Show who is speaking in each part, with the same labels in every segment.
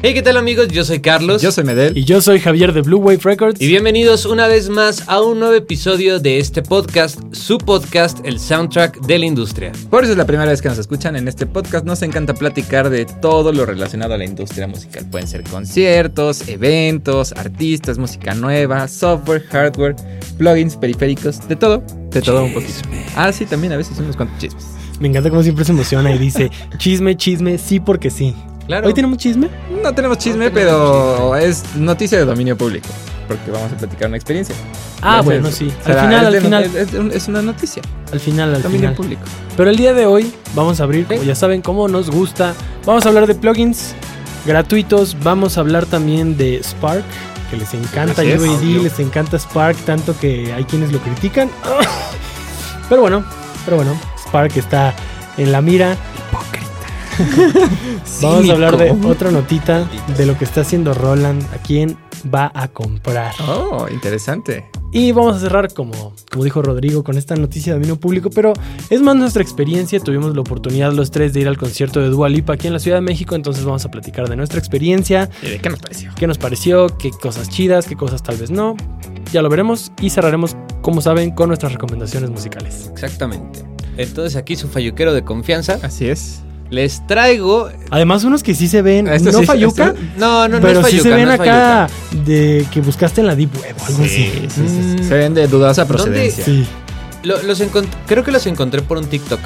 Speaker 1: Hey, ¿qué tal amigos? Yo soy Carlos.
Speaker 2: Yo soy Medel.
Speaker 3: Y yo soy Javier de Blue Wave Records.
Speaker 1: Y bienvenidos una vez más a un nuevo episodio de este podcast, su podcast, el soundtrack de la industria.
Speaker 2: Por eso es la primera vez que nos escuchan en este podcast. Nos encanta platicar de todo lo relacionado a la industria musical. Pueden ser conciertos, eventos, artistas, música nueva, software, hardware, plugins, periféricos, de todo, de todo un poquito. Ah, sí, también a veces unos cuantos chismes.
Speaker 3: Me encanta cómo siempre se emociona y dice chisme, chisme, sí porque sí.
Speaker 1: Claro.
Speaker 3: ¿Hoy tenemos chisme?
Speaker 2: No tenemos chisme,
Speaker 1: tenemos
Speaker 2: pero es noticia de dominio público. Porque vamos a platicar una experiencia.
Speaker 3: Ah,
Speaker 2: Entonces,
Speaker 3: bueno, sí. Al
Speaker 2: será-
Speaker 3: final,
Speaker 2: es
Speaker 3: al
Speaker 2: de-
Speaker 3: final,
Speaker 2: es- es un- es una noticia.
Speaker 3: al final, al
Speaker 2: dominio
Speaker 3: final.
Speaker 2: público.
Speaker 3: Pero el día de hoy vamos a abrir, como
Speaker 2: Ok.
Speaker 3: ya saben, como nos gusta. Vamos a hablar de plugins gratuitos. Vamos a hablar también de Spark, que les encanta
Speaker 2: Así es.
Speaker 3: UAD,
Speaker 2: Audio.
Speaker 3: les encanta Spark, tanto que hay quienes lo critican. Pero bueno, pero bueno, Spark está en la mira. Vamos a hablar de
Speaker 2: Cínico.
Speaker 3: otra notita de lo que está haciendo Roland, a quién va a comprar.
Speaker 2: Oh, interesante.
Speaker 3: Y vamos a cerrar, como, como dijo Rodrigo, con esta noticia de dominio público, pero es más nuestra experiencia. Tuvimos la oportunidad los tres de ir al concierto de Dua Lipa aquí en la Ciudad de México, entonces vamos a platicar de nuestra experiencia,
Speaker 2: ¿Y de qué nos pareció?
Speaker 3: qué nos pareció, qué cosas chidas, qué cosas tal vez no. Ya lo veremos y cerraremos, como saben, con nuestras recomendaciones musicales.
Speaker 1: Exactamente. Entonces aquí su falluquero de confianza.
Speaker 3: Ah.
Speaker 2: Así es.
Speaker 1: Les traigo...
Speaker 3: Además, unos que sí se ven,
Speaker 2: Esto
Speaker 3: no
Speaker 2: Ah, este sí,
Speaker 3: falluca,
Speaker 2: esto-
Speaker 1: No, no, no
Speaker 3: pero
Speaker 1: es falluca,
Speaker 3: sí se ven
Speaker 1: no es
Speaker 3: acá de que buscaste en la Deep Web o algo así.
Speaker 2: sí, sí,
Speaker 1: Mm.
Speaker 2: sí. Se ven de dudosa
Speaker 1: ¿Dónde-
Speaker 2: procedencia.
Speaker 3: Sí.
Speaker 1: falluca. Lo- los encont- creo que los encontré por un TikTok,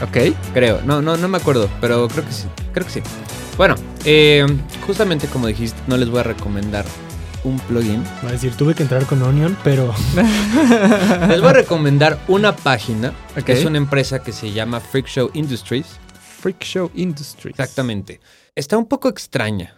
Speaker 2: Ok.
Speaker 1: creo. No, no, no me acuerdo, pero creo que sí. Creo que sí. Bueno, eh, justamente como dijiste, no les voy a recomendar un plugin.
Speaker 3: Va a decir, tuve que entrar con Onion, pero
Speaker 1: Les voy a recomendar una página
Speaker 2: Ok.
Speaker 1: que es una empresa que se llama Freak Show Industries.
Speaker 2: Freak Show Industries.
Speaker 1: Exactamente. Está un poco extraña.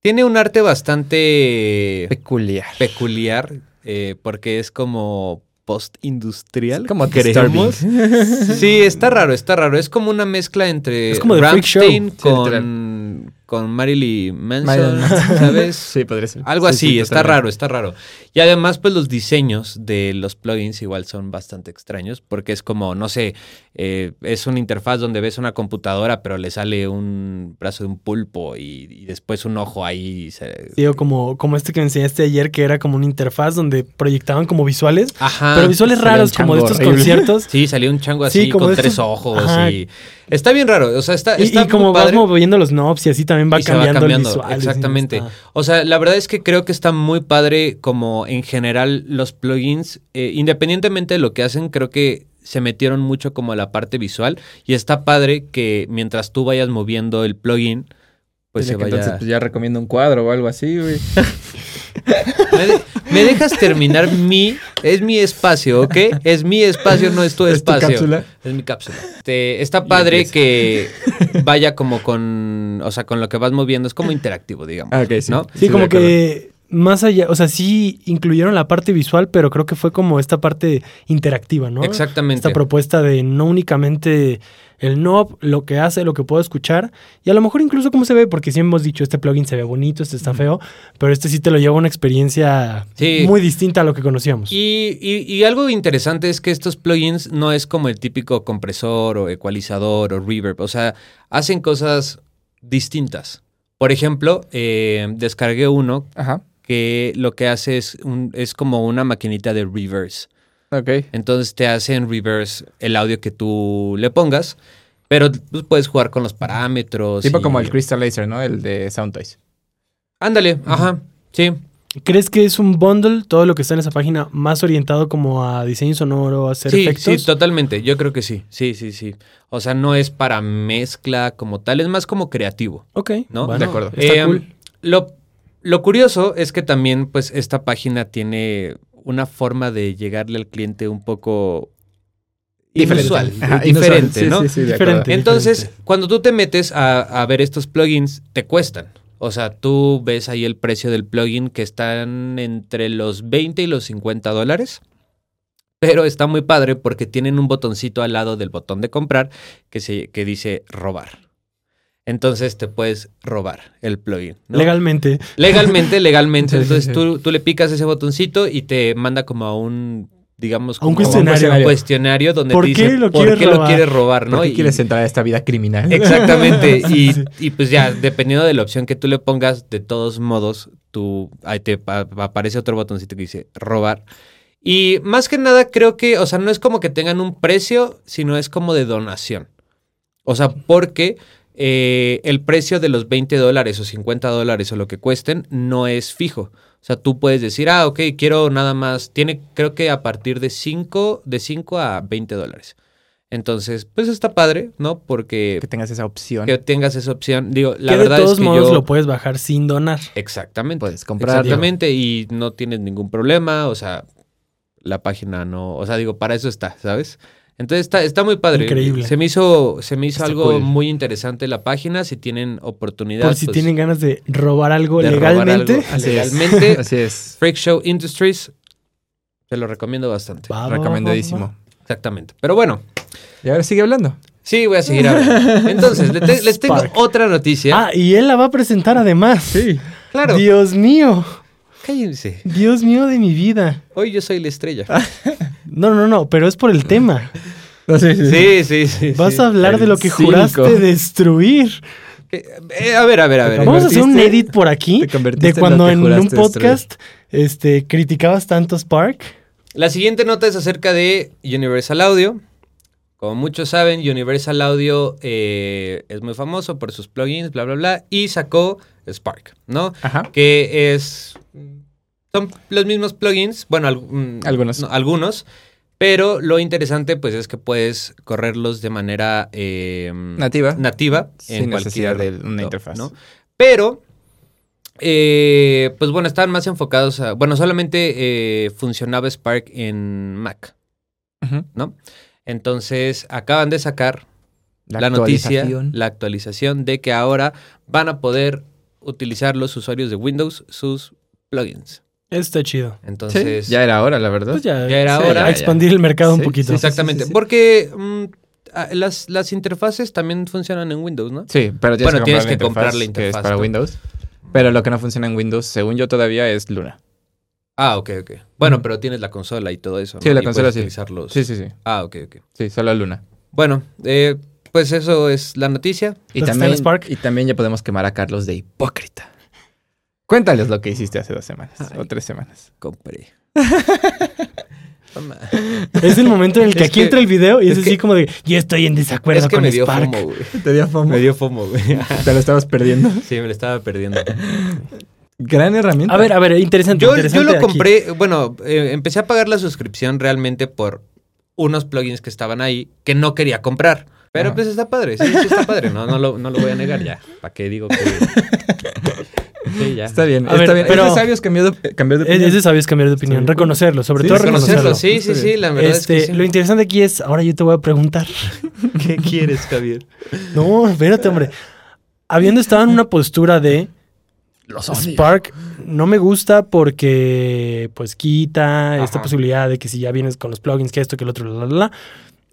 Speaker 1: Tiene un arte bastante
Speaker 2: Peculiar.
Speaker 1: peculiar eh, porque es como post-industrial.
Speaker 2: Como
Speaker 1: ¿Queremos?
Speaker 2: disturbing.
Speaker 1: Sí, está raro, está raro. Es como una mezcla entre
Speaker 3: Es como de Freak Show.
Speaker 1: Rammstein
Speaker 2: Sí,
Speaker 1: con, con Marilyn Manson,
Speaker 2: Marilyn Manson.
Speaker 1: ¿sabes?
Speaker 2: Sí, podría ser.
Speaker 1: Algo
Speaker 2: Sí,
Speaker 1: así,
Speaker 2: sí,
Speaker 1: está
Speaker 2: totalmente.
Speaker 1: raro, está raro. Y además, pues los diseños de los plugins igual son bastante extraños, porque es como, no sé, eh, es una interfaz donde ves una computadora, pero le sale un brazo de un pulpo y, y después un ojo ahí. y se-
Speaker 3: Digo, como, como este que me enseñaste ayer, que era como una interfaz donde proyectaban como visuales,
Speaker 1: Ajá.
Speaker 3: pero visuales
Speaker 2: salió
Speaker 3: raros,
Speaker 2: un
Speaker 3: como de
Speaker 2: chango
Speaker 3: estos
Speaker 2: horrible.
Speaker 3: conciertos.
Speaker 1: Sí, salió un chango
Speaker 3: Sí,
Speaker 1: así
Speaker 3: como
Speaker 1: con
Speaker 3: estos-
Speaker 1: tres ojos
Speaker 3: ajá.
Speaker 1: y está bien raro, o sea, está,
Speaker 3: Y,
Speaker 1: está
Speaker 3: y como
Speaker 1: muy
Speaker 3: vas
Speaker 1: padre.
Speaker 3: moviendo los knobs y así también va,
Speaker 1: Y se
Speaker 3: cambiando, el visual. y sí,
Speaker 1: Exactamente.
Speaker 3: está-
Speaker 1: O sea, la verdad es que creo que está muy padre como en general los plugins, eh, independientemente de lo que hacen, creo que se metieron mucho como a la parte visual y está padre que mientras tú vayas moviendo el plugin, pues
Speaker 2: Dile
Speaker 1: se
Speaker 2: que
Speaker 1: vaya...
Speaker 2: Entonces, pues ya recomiendo un cuadro o algo así, güey.
Speaker 1: ¿Me, de- me dejas terminar mi... Es mi espacio, ¿ok? Es mi espacio, no es tu
Speaker 2: Es tu
Speaker 1: espacio.
Speaker 2: cápsula.
Speaker 1: Es mi Este cápsula. Este, está padre
Speaker 2: empieza.
Speaker 1: que vaya como con... O sea, con lo que vas moviendo. Es como interactivo, digamos.
Speaker 2: Ah, ok, sí.
Speaker 1: ¿no?
Speaker 3: Sí,
Speaker 2: Estoy
Speaker 3: como
Speaker 2: de acuerdo.
Speaker 3: que más allá, o sea, sí incluyeron la parte visual, pero creo que fue como esta parte interactiva, ¿no?
Speaker 1: Exactamente.
Speaker 3: Esta propuesta de no únicamente el knob, lo que hace, lo que puedo escuchar, y a lo mejor incluso cómo se ve, porque sí hemos dicho, este plugin se ve bonito, este está feo, pero este sí te lo lleva a una experiencia
Speaker 1: Sí.
Speaker 3: muy distinta a lo que
Speaker 2: Pues
Speaker 3: conocíamos.
Speaker 1: Y, y- y algo interesante es que estos plugins no es como el típico compresor o ecualizador o reverb. O sea, hacen cosas distintas. Por ejemplo, eh, descargué uno
Speaker 2: Ajá.
Speaker 1: que lo que hace es, un- es como una maquinita de reverse.
Speaker 2: Ok.
Speaker 1: Entonces te hace en reverse el audio que tú le pongas, pero pues, puedes jugar con los parámetros.
Speaker 2: tipo
Speaker 1: y-
Speaker 2: como el Crystal Laser, ¿no? El de Sound Toys.
Speaker 1: Ándale, ajá, sí.
Speaker 3: ¿Crees que es un bundle todo lo que está en esa página más orientado como a diseño sonoro, a hacer
Speaker 1: sí,
Speaker 3: efectos?
Speaker 1: Sí, totalmente. Yo creo que sí. Sí, sí, sí. O sea, no es para mezcla como tal, es más como creativo.
Speaker 3: ok,
Speaker 1: No,
Speaker 3: bueno,
Speaker 2: de acuerdo.
Speaker 3: Está
Speaker 1: Eh,
Speaker 3: cool.
Speaker 1: Lo, lo curioso es que también, pues, esta página tiene una forma de llegarle al cliente un poco
Speaker 2: Diferente.
Speaker 1: inusual,
Speaker 2: Ajá,
Speaker 1: diferente,
Speaker 2: inusual. Sí,
Speaker 1: ¿no?
Speaker 2: Sí, sí, de
Speaker 3: Diferente.
Speaker 2: acuerdo.
Speaker 1: Entonces,
Speaker 3: diferente.
Speaker 1: cuando tú te metes a, a ver estos plugins, te cuestan. O sea, tú ves ahí el precio del plugin que están entre los 20 y los 50 dólares. Pero está muy padre porque tienen un botoncito al lado del botón de comprar que, se, que dice robar. Entonces te puedes robar el plugin. ¿no?
Speaker 3: Legalmente.
Speaker 1: Legalmente, legalmente.
Speaker 2: Sí, sí,
Speaker 1: Entonces
Speaker 2: sí.
Speaker 1: Tú, tú le picas ese botoncito y te manda como a un digamos,
Speaker 3: A un
Speaker 2: un cuestionario.
Speaker 1: un cuestionario donde
Speaker 3: ¿Por
Speaker 1: te
Speaker 3: qué
Speaker 1: dice
Speaker 3: lo
Speaker 1: por
Speaker 3: quieres
Speaker 1: qué lo
Speaker 3: robar?
Speaker 1: quieres robar,
Speaker 2: ¿Por
Speaker 1: ¿no?
Speaker 2: qué
Speaker 1: Y-
Speaker 2: quieres entrar a esta vida criminal?
Speaker 1: Exactamente. Y, y pues ya, dependiendo de la opción que tú le pongas, de todos modos, tú, ahí te pa- aparece otro botoncito que dice robar. Y más que nada, creo que, o sea, no es como que tengan un precio, sino es como de donación. O sea, porque eh, el precio de los 20 dólares o 50 dólares o lo que cuesten no es fijo. O sea, tú puedes decir, ah, ok, quiero nada más. Tiene, creo que a partir de 5, de 5 a 20 dólares. Entonces, pues está padre, ¿no? Porque
Speaker 2: Que tengas esa opción.
Speaker 1: que tengas esa opción. Digo, la
Speaker 3: que de
Speaker 1: verdad
Speaker 3: todos
Speaker 1: es que
Speaker 3: modos
Speaker 1: yo...
Speaker 3: lo puedes bajar sin donar.
Speaker 1: Exactamente.
Speaker 2: Puedes comprarlo.
Speaker 1: Exactamente, y no tienes ningún problema, o sea, la página no... O sea, digo, para eso está, ¿sabes? Entonces está, está muy padre.
Speaker 3: Increíble.
Speaker 1: Se me hizo, se me hizo
Speaker 2: Está
Speaker 1: algo
Speaker 2: cool.
Speaker 1: muy interesante la página, si tienen oportunidad...
Speaker 3: Por si
Speaker 1: pues,
Speaker 3: tienen ganas de robar algo
Speaker 1: de robar
Speaker 3: legalmente.
Speaker 1: algo
Speaker 2: Así es.
Speaker 1: legalmente.
Speaker 2: Así es.
Speaker 1: Freak Show Industries, te lo recomiendo bastante.
Speaker 3: Va, va, va, va, va.
Speaker 2: Recomendadísimo.
Speaker 1: Exactamente. Pero bueno,
Speaker 2: Y ahora sigue hablando.
Speaker 1: sí, voy a seguir hablando. Entonces, le te- les, tengo
Speaker 3: Spark.
Speaker 1: otra noticia.
Speaker 3: Ah, y él la va a presentar además.
Speaker 1: claro.
Speaker 3: Dios mío,
Speaker 1: Cállense.
Speaker 3: Dios mío de mi vida.
Speaker 1: Hoy yo soy la estrella.
Speaker 3: Ah, No, no, no, pero es por el tema.
Speaker 1: Sí, sí, sí.
Speaker 3: Vas
Speaker 1: sí.
Speaker 3: a hablar de lo que
Speaker 2: Cinco.
Speaker 3: juraste destruir.
Speaker 1: Eh, eh, a ver, a ver, a ver.
Speaker 3: Vamos a hacer un
Speaker 2: convertiste-
Speaker 3: edit por aquí
Speaker 2: te convertiste
Speaker 3: de
Speaker 2: en lo
Speaker 3: cuando
Speaker 2: que
Speaker 3: en, un
Speaker 2: juraste destruir.
Speaker 3: podcast este, criticabas tanto Spark.
Speaker 1: La siguiente nota es acerca de Universal Audio. Como muchos saben, Universal Audio eh, es muy famoso por sus plugins, bla, bla, bla. Y sacó Spark, ¿no?
Speaker 2: Ajá.
Speaker 1: Que es. Son los mismos plugins, bueno, al- mm,
Speaker 2: Algunos.
Speaker 1: no, algunos. Pero lo interesante, pues, es que puedes correrlos de manera eh,
Speaker 2: Nativa.
Speaker 1: nativa
Speaker 2: Sin necesidad de
Speaker 1: laptop,
Speaker 2: una interfaz.
Speaker 1: Pero, eh, pues bueno, estaban más enfocados a. Bueno, solamente eh, funcionaba Spark en Mac,
Speaker 2: Ujú.
Speaker 1: ¿no? Entonces acaban de sacar la, noticia,
Speaker 2: actualización.
Speaker 1: la actualización de que ahora van a poder utilizar los usuarios de Windows sus plugins.
Speaker 3: Eso está chido.
Speaker 2: Sí,
Speaker 1: Entonces,
Speaker 2: ya era hora, la verdad.
Speaker 3: Pues ya,
Speaker 1: Ya era
Speaker 3: sí,
Speaker 1: hora.
Speaker 3: a expandir el mercado un
Speaker 2: Sí,
Speaker 3: poquito.
Speaker 2: sí,
Speaker 1: exactamente.
Speaker 2: sí, sí.
Speaker 1: Porque mm, ah, las, las interfaces también funcionan en Windows, ¿no?
Speaker 2: Sí, pero tienes
Speaker 1: Bueno,
Speaker 2: que,
Speaker 1: tienes
Speaker 2: comprar,
Speaker 1: que comprar la
Speaker 2: la interfaz, que es
Speaker 1: interfaz,
Speaker 2: para
Speaker 1: ¿no?
Speaker 2: Windows. Pero lo que no funciona en Windows, según yo todavía, es Luna.
Speaker 1: Ah, ok, ok. Bueno,
Speaker 2: Ujú.
Speaker 1: pero tienes la consola y todo eso.
Speaker 2: Sí,
Speaker 1: ¿no?
Speaker 2: la
Speaker 1: Y
Speaker 2: consola
Speaker 1: puedes
Speaker 2: sí.
Speaker 1: utilizar los-
Speaker 2: Sí, sí, sí.
Speaker 1: Ah, ok, ok.
Speaker 2: Sí, solo Luna.
Speaker 1: Bueno, eh, pues eso es la noticia.
Speaker 2: Y
Speaker 3: Entonces,
Speaker 2: también,
Speaker 3: ¿está en Spark?
Speaker 2: y también ya podemos quemar a Carlos de hipócrita. Cuéntales lo que hiciste hace dos semanas o tres semanas.
Speaker 1: Compré. Toma.
Speaker 3: Es el momento en el que
Speaker 1: Es
Speaker 3: aquí
Speaker 1: que-
Speaker 3: entra el video y es,
Speaker 1: es
Speaker 3: así
Speaker 1: que-
Speaker 3: como de, yo estoy en desacuerdo
Speaker 1: es que
Speaker 3: con
Speaker 1: me dio
Speaker 3: Spark.
Speaker 1: fomo, güey.
Speaker 2: Te dio fomo.
Speaker 1: Me dio fomo, güey.
Speaker 2: Te lo estabas perdiendo.
Speaker 1: Sí, me lo estaba perdiendo.
Speaker 2: Gran herramienta.
Speaker 3: A ver, a ver, interesante.
Speaker 1: Yo, yo
Speaker 3: interesante
Speaker 1: lo
Speaker 3: aquí.
Speaker 1: compré, bueno, eh, empecé a pagar la suscripción realmente por unos plugins que estaban ahí que no quería comprar. Pero
Speaker 2: Ajá.
Speaker 1: pues está padre, sí, sí está padre. No, no, lo, no lo voy a negar ya. ¿Para qué digo que...? Sí, ya.
Speaker 2: Está bien,
Speaker 3: A
Speaker 2: está
Speaker 3: ver,
Speaker 2: bien.
Speaker 3: pero-
Speaker 2: es de sabios cambiar de, cambiar de
Speaker 3: Es,
Speaker 2: opinión.
Speaker 3: es de sabios cambiar de opinión,
Speaker 2: Sí.
Speaker 3: reconocerlo, sobre
Speaker 2: Sí,
Speaker 3: todo reconocerlo.
Speaker 1: Reconocerlo, sí, sí, sí, la verdad
Speaker 3: Este,
Speaker 1: es que sí.
Speaker 3: Lo interesante aquí es, ahora yo te voy a preguntar.
Speaker 1: ¿Qué quieres, Javier?
Speaker 3: No, espérate, hombre. Habiendo estado en una postura de Spark, no me gusta porque pues quita esta
Speaker 1: Ajá.
Speaker 3: posibilidad de que si ya vienes con los plugins, que esto, que el otro, la, la, la.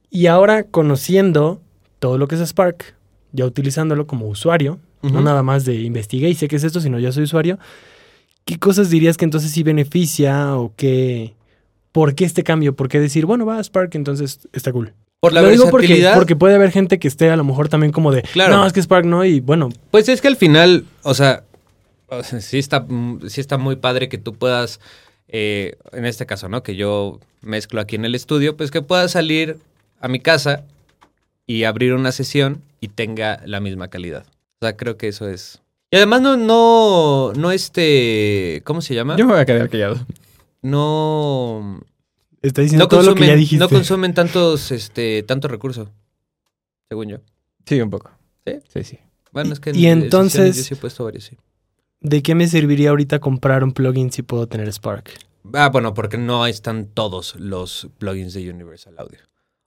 Speaker 3: Y ahora conociendo todo lo que es Spark, ya utilizándolo como usuario, no
Speaker 1: Ujú.
Speaker 3: nada más de investigué y sé qué es esto, sino ya soy usuario, ¿qué cosas dirías que entonces sí beneficia o qué? ¿Por qué este cambio? ¿Por qué decir, bueno, va a Spark, entonces está cool?
Speaker 1: Por la
Speaker 3: lo digo porque,
Speaker 1: versatilidad...
Speaker 3: porque puede haber gente que esté a lo mejor también como de,
Speaker 1: Claro.
Speaker 3: no, es que Spark no, y bueno,
Speaker 1: Pues es que al final, o sea, o sea, sí, está, mm, sí está muy padre que tú puedas, eh, en este caso, ¿no? Que yo mezclo aquí en el estudio, pues que puedas salir a mi casa y abrir una sesión y tenga la misma calidad. O sea, creo que eso es. Y además no, no, no este, ¿cómo se llama?
Speaker 2: Yo me voy a quedar callado.
Speaker 1: No,
Speaker 3: está diciendo
Speaker 1: no
Speaker 3: todo lo que ya
Speaker 1: consumen,
Speaker 3: dijiste.
Speaker 1: no consumen tantos, este, tanto recurso, según yo.
Speaker 2: Sí, un poco.
Speaker 1: ¿Sí?
Speaker 2: Sí, sí.
Speaker 1: Bueno, es que
Speaker 3: Y- y
Speaker 1: sesiones
Speaker 3: entonces-
Speaker 1: yo sí he puesto varios, sí.
Speaker 3: ¿De qué me serviría ahorita comprar un plugin si puedo tener Spark?
Speaker 1: Ah, bueno, porque no están todos los plugins de Universal Audio.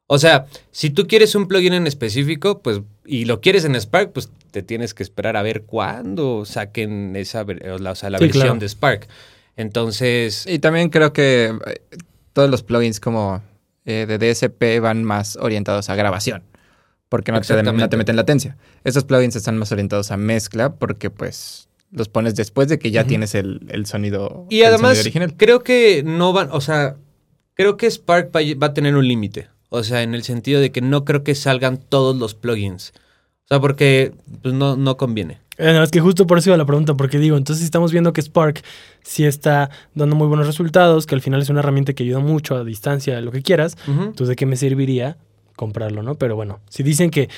Speaker 1: O sea, si tú quieres un plugin en específico, pues, y lo quieres en Spark, pues te tienes que esperar a ver cuándo saquen esa ver- o la, o sea, la
Speaker 3: Sí,
Speaker 1: versión
Speaker 3: claro.
Speaker 1: de Spark. Entonces,
Speaker 2: Y también creo que eh, todos los plugins como eh, de DSP van más orientados a grabación, porque no te,
Speaker 1: Exactamente.
Speaker 2: no te meten latencia. Estos plugins están más orientados a mezcla porque pues los pones después de que ya
Speaker 3: Ujú.
Speaker 2: tienes el, el sonido,
Speaker 1: y
Speaker 2: el sonido
Speaker 1: además,
Speaker 2: original.
Speaker 1: creo que no van, o sea, Creo que Spark va va a tener un límite. O sea, en el sentido de que no creo que salgan todos los plugins. O sea, porque pues, no, no conviene.
Speaker 3: Eh, no, es que justo por eso iba la pregunta, porque digo, entonces si estamos viendo que Spark sí está dando muy buenos resultados, que al final es una herramienta que ayuda mucho a distancia, lo que quieras,
Speaker 1: Ujú.
Speaker 3: entonces ¿de qué me serviría comprarlo, no? Pero bueno, si dicen que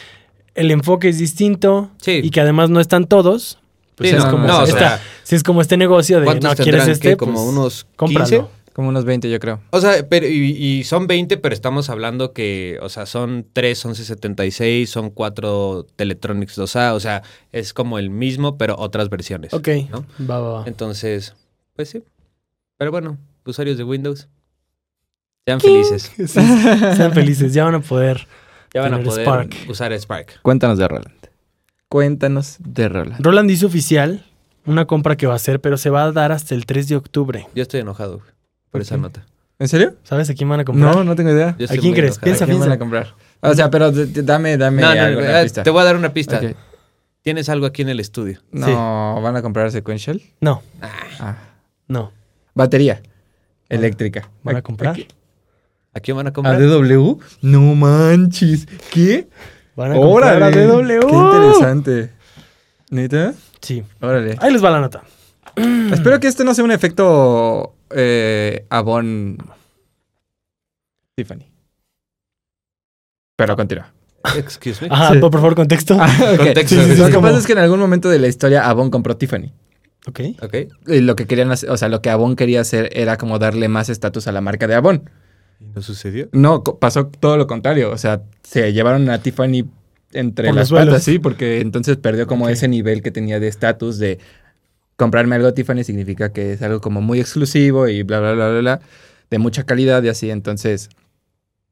Speaker 3: el enfoque es distinto
Speaker 1: Sí.
Speaker 3: y que además no están todos, pues
Speaker 1: Sí,
Speaker 3: es,
Speaker 2: no,
Speaker 3: como,
Speaker 2: no, o
Speaker 3: esta-
Speaker 1: sea,
Speaker 3: si es como este negocio de
Speaker 1: ¿Cuántos
Speaker 3: no
Speaker 1: tendrán
Speaker 3: quieres
Speaker 1: que
Speaker 3: este,
Speaker 1: como
Speaker 3: pues,
Speaker 1: unos 15?
Speaker 3: cómpralo.
Speaker 2: Como unos 20, yo creo.
Speaker 1: O sea, pero, y, y son 20, pero estamos hablando que, o sea, son 3 1176, son 4 Teletronics 2A, o sea, es como el mismo, pero otras versiones.
Speaker 3: Ok, Ah.
Speaker 1: ¿no?
Speaker 3: va, va, va.
Speaker 1: Entonces, pues sí. Pero bueno, usuarios de Windows, sean felices.
Speaker 3: Sí, sean felices, ya van a poder.
Speaker 1: Ya van a
Speaker 3: Tener
Speaker 1: poder
Speaker 3: Spark.
Speaker 1: usar Spark.
Speaker 2: Cuéntanos de Roland. Cuéntanos de Roland.
Speaker 3: Roland hizo oficial una compra que va a hacer, pero se va a dar hasta el 3 de octubre.
Speaker 1: Yo estoy enojado güey, por esa nota.
Speaker 2: ¿En serio?
Speaker 3: ¿Sabes a quién van a comprar?
Speaker 2: No, no tengo idea.
Speaker 1: Yo
Speaker 3: ¿A
Speaker 1: estoy
Speaker 3: quién
Speaker 1: muy
Speaker 3: crees?
Speaker 1: enojado.
Speaker 3: Piensa,
Speaker 2: ¿A quién van a comprar? O sea, pero d- d- dame, dame
Speaker 1: No, no,
Speaker 2: alguna
Speaker 1: eh,
Speaker 2: pista.
Speaker 1: te voy a dar una pista.
Speaker 2: Ok.
Speaker 1: Tienes algo aquí en el estudio.
Speaker 2: No, ¿van a comprar sequential?
Speaker 3: No,
Speaker 2: Ah.
Speaker 3: no.
Speaker 2: Batería eléctrica.
Speaker 3: Ah, ¿Van a comprar?
Speaker 1: ¿A quién van a
Speaker 2: ¿A
Speaker 1: comprar?
Speaker 2: DW? No manches. ¿Qué?
Speaker 3: Van a comprar
Speaker 2: Órale.
Speaker 3: a DW.
Speaker 2: Qué interesante. ¿Neta?
Speaker 3: Sí.
Speaker 2: Órale.
Speaker 3: Ahí les va la nota.
Speaker 2: Espero que esto no sea un efecto eh, Avon Tiffany. Pero continúa.
Speaker 1: Excuse me.
Speaker 3: Ajá, por favor, contexto.
Speaker 2: Ah, ok.
Speaker 1: Contexto,
Speaker 2: Sí, sí, sí.
Speaker 3: sí,
Speaker 2: Lo
Speaker 3: sí.
Speaker 2: que
Speaker 3: Como-
Speaker 2: pasa es que en algún momento de la historia Avon compró Tiffany.
Speaker 3: Ok.
Speaker 1: Ok.
Speaker 2: Y lo que querían hacer, o sea, lo que Avon quería hacer era como darle más estatus a la marca de Avon.
Speaker 1: ¿No sucedió?
Speaker 2: No, co- pasó todo lo contrario. O sea, se llevaron a Tiffany entre
Speaker 3: Por
Speaker 2: las
Speaker 3: los suelos.
Speaker 2: patas, sí, porque entonces perdió como
Speaker 3: Ok.
Speaker 2: ese nivel que tenía de estatus de comprarme algo Tiffany significa que es algo como muy exclusivo y bla, bla, bla, bla, bla, de mucha calidad y así. Entonces,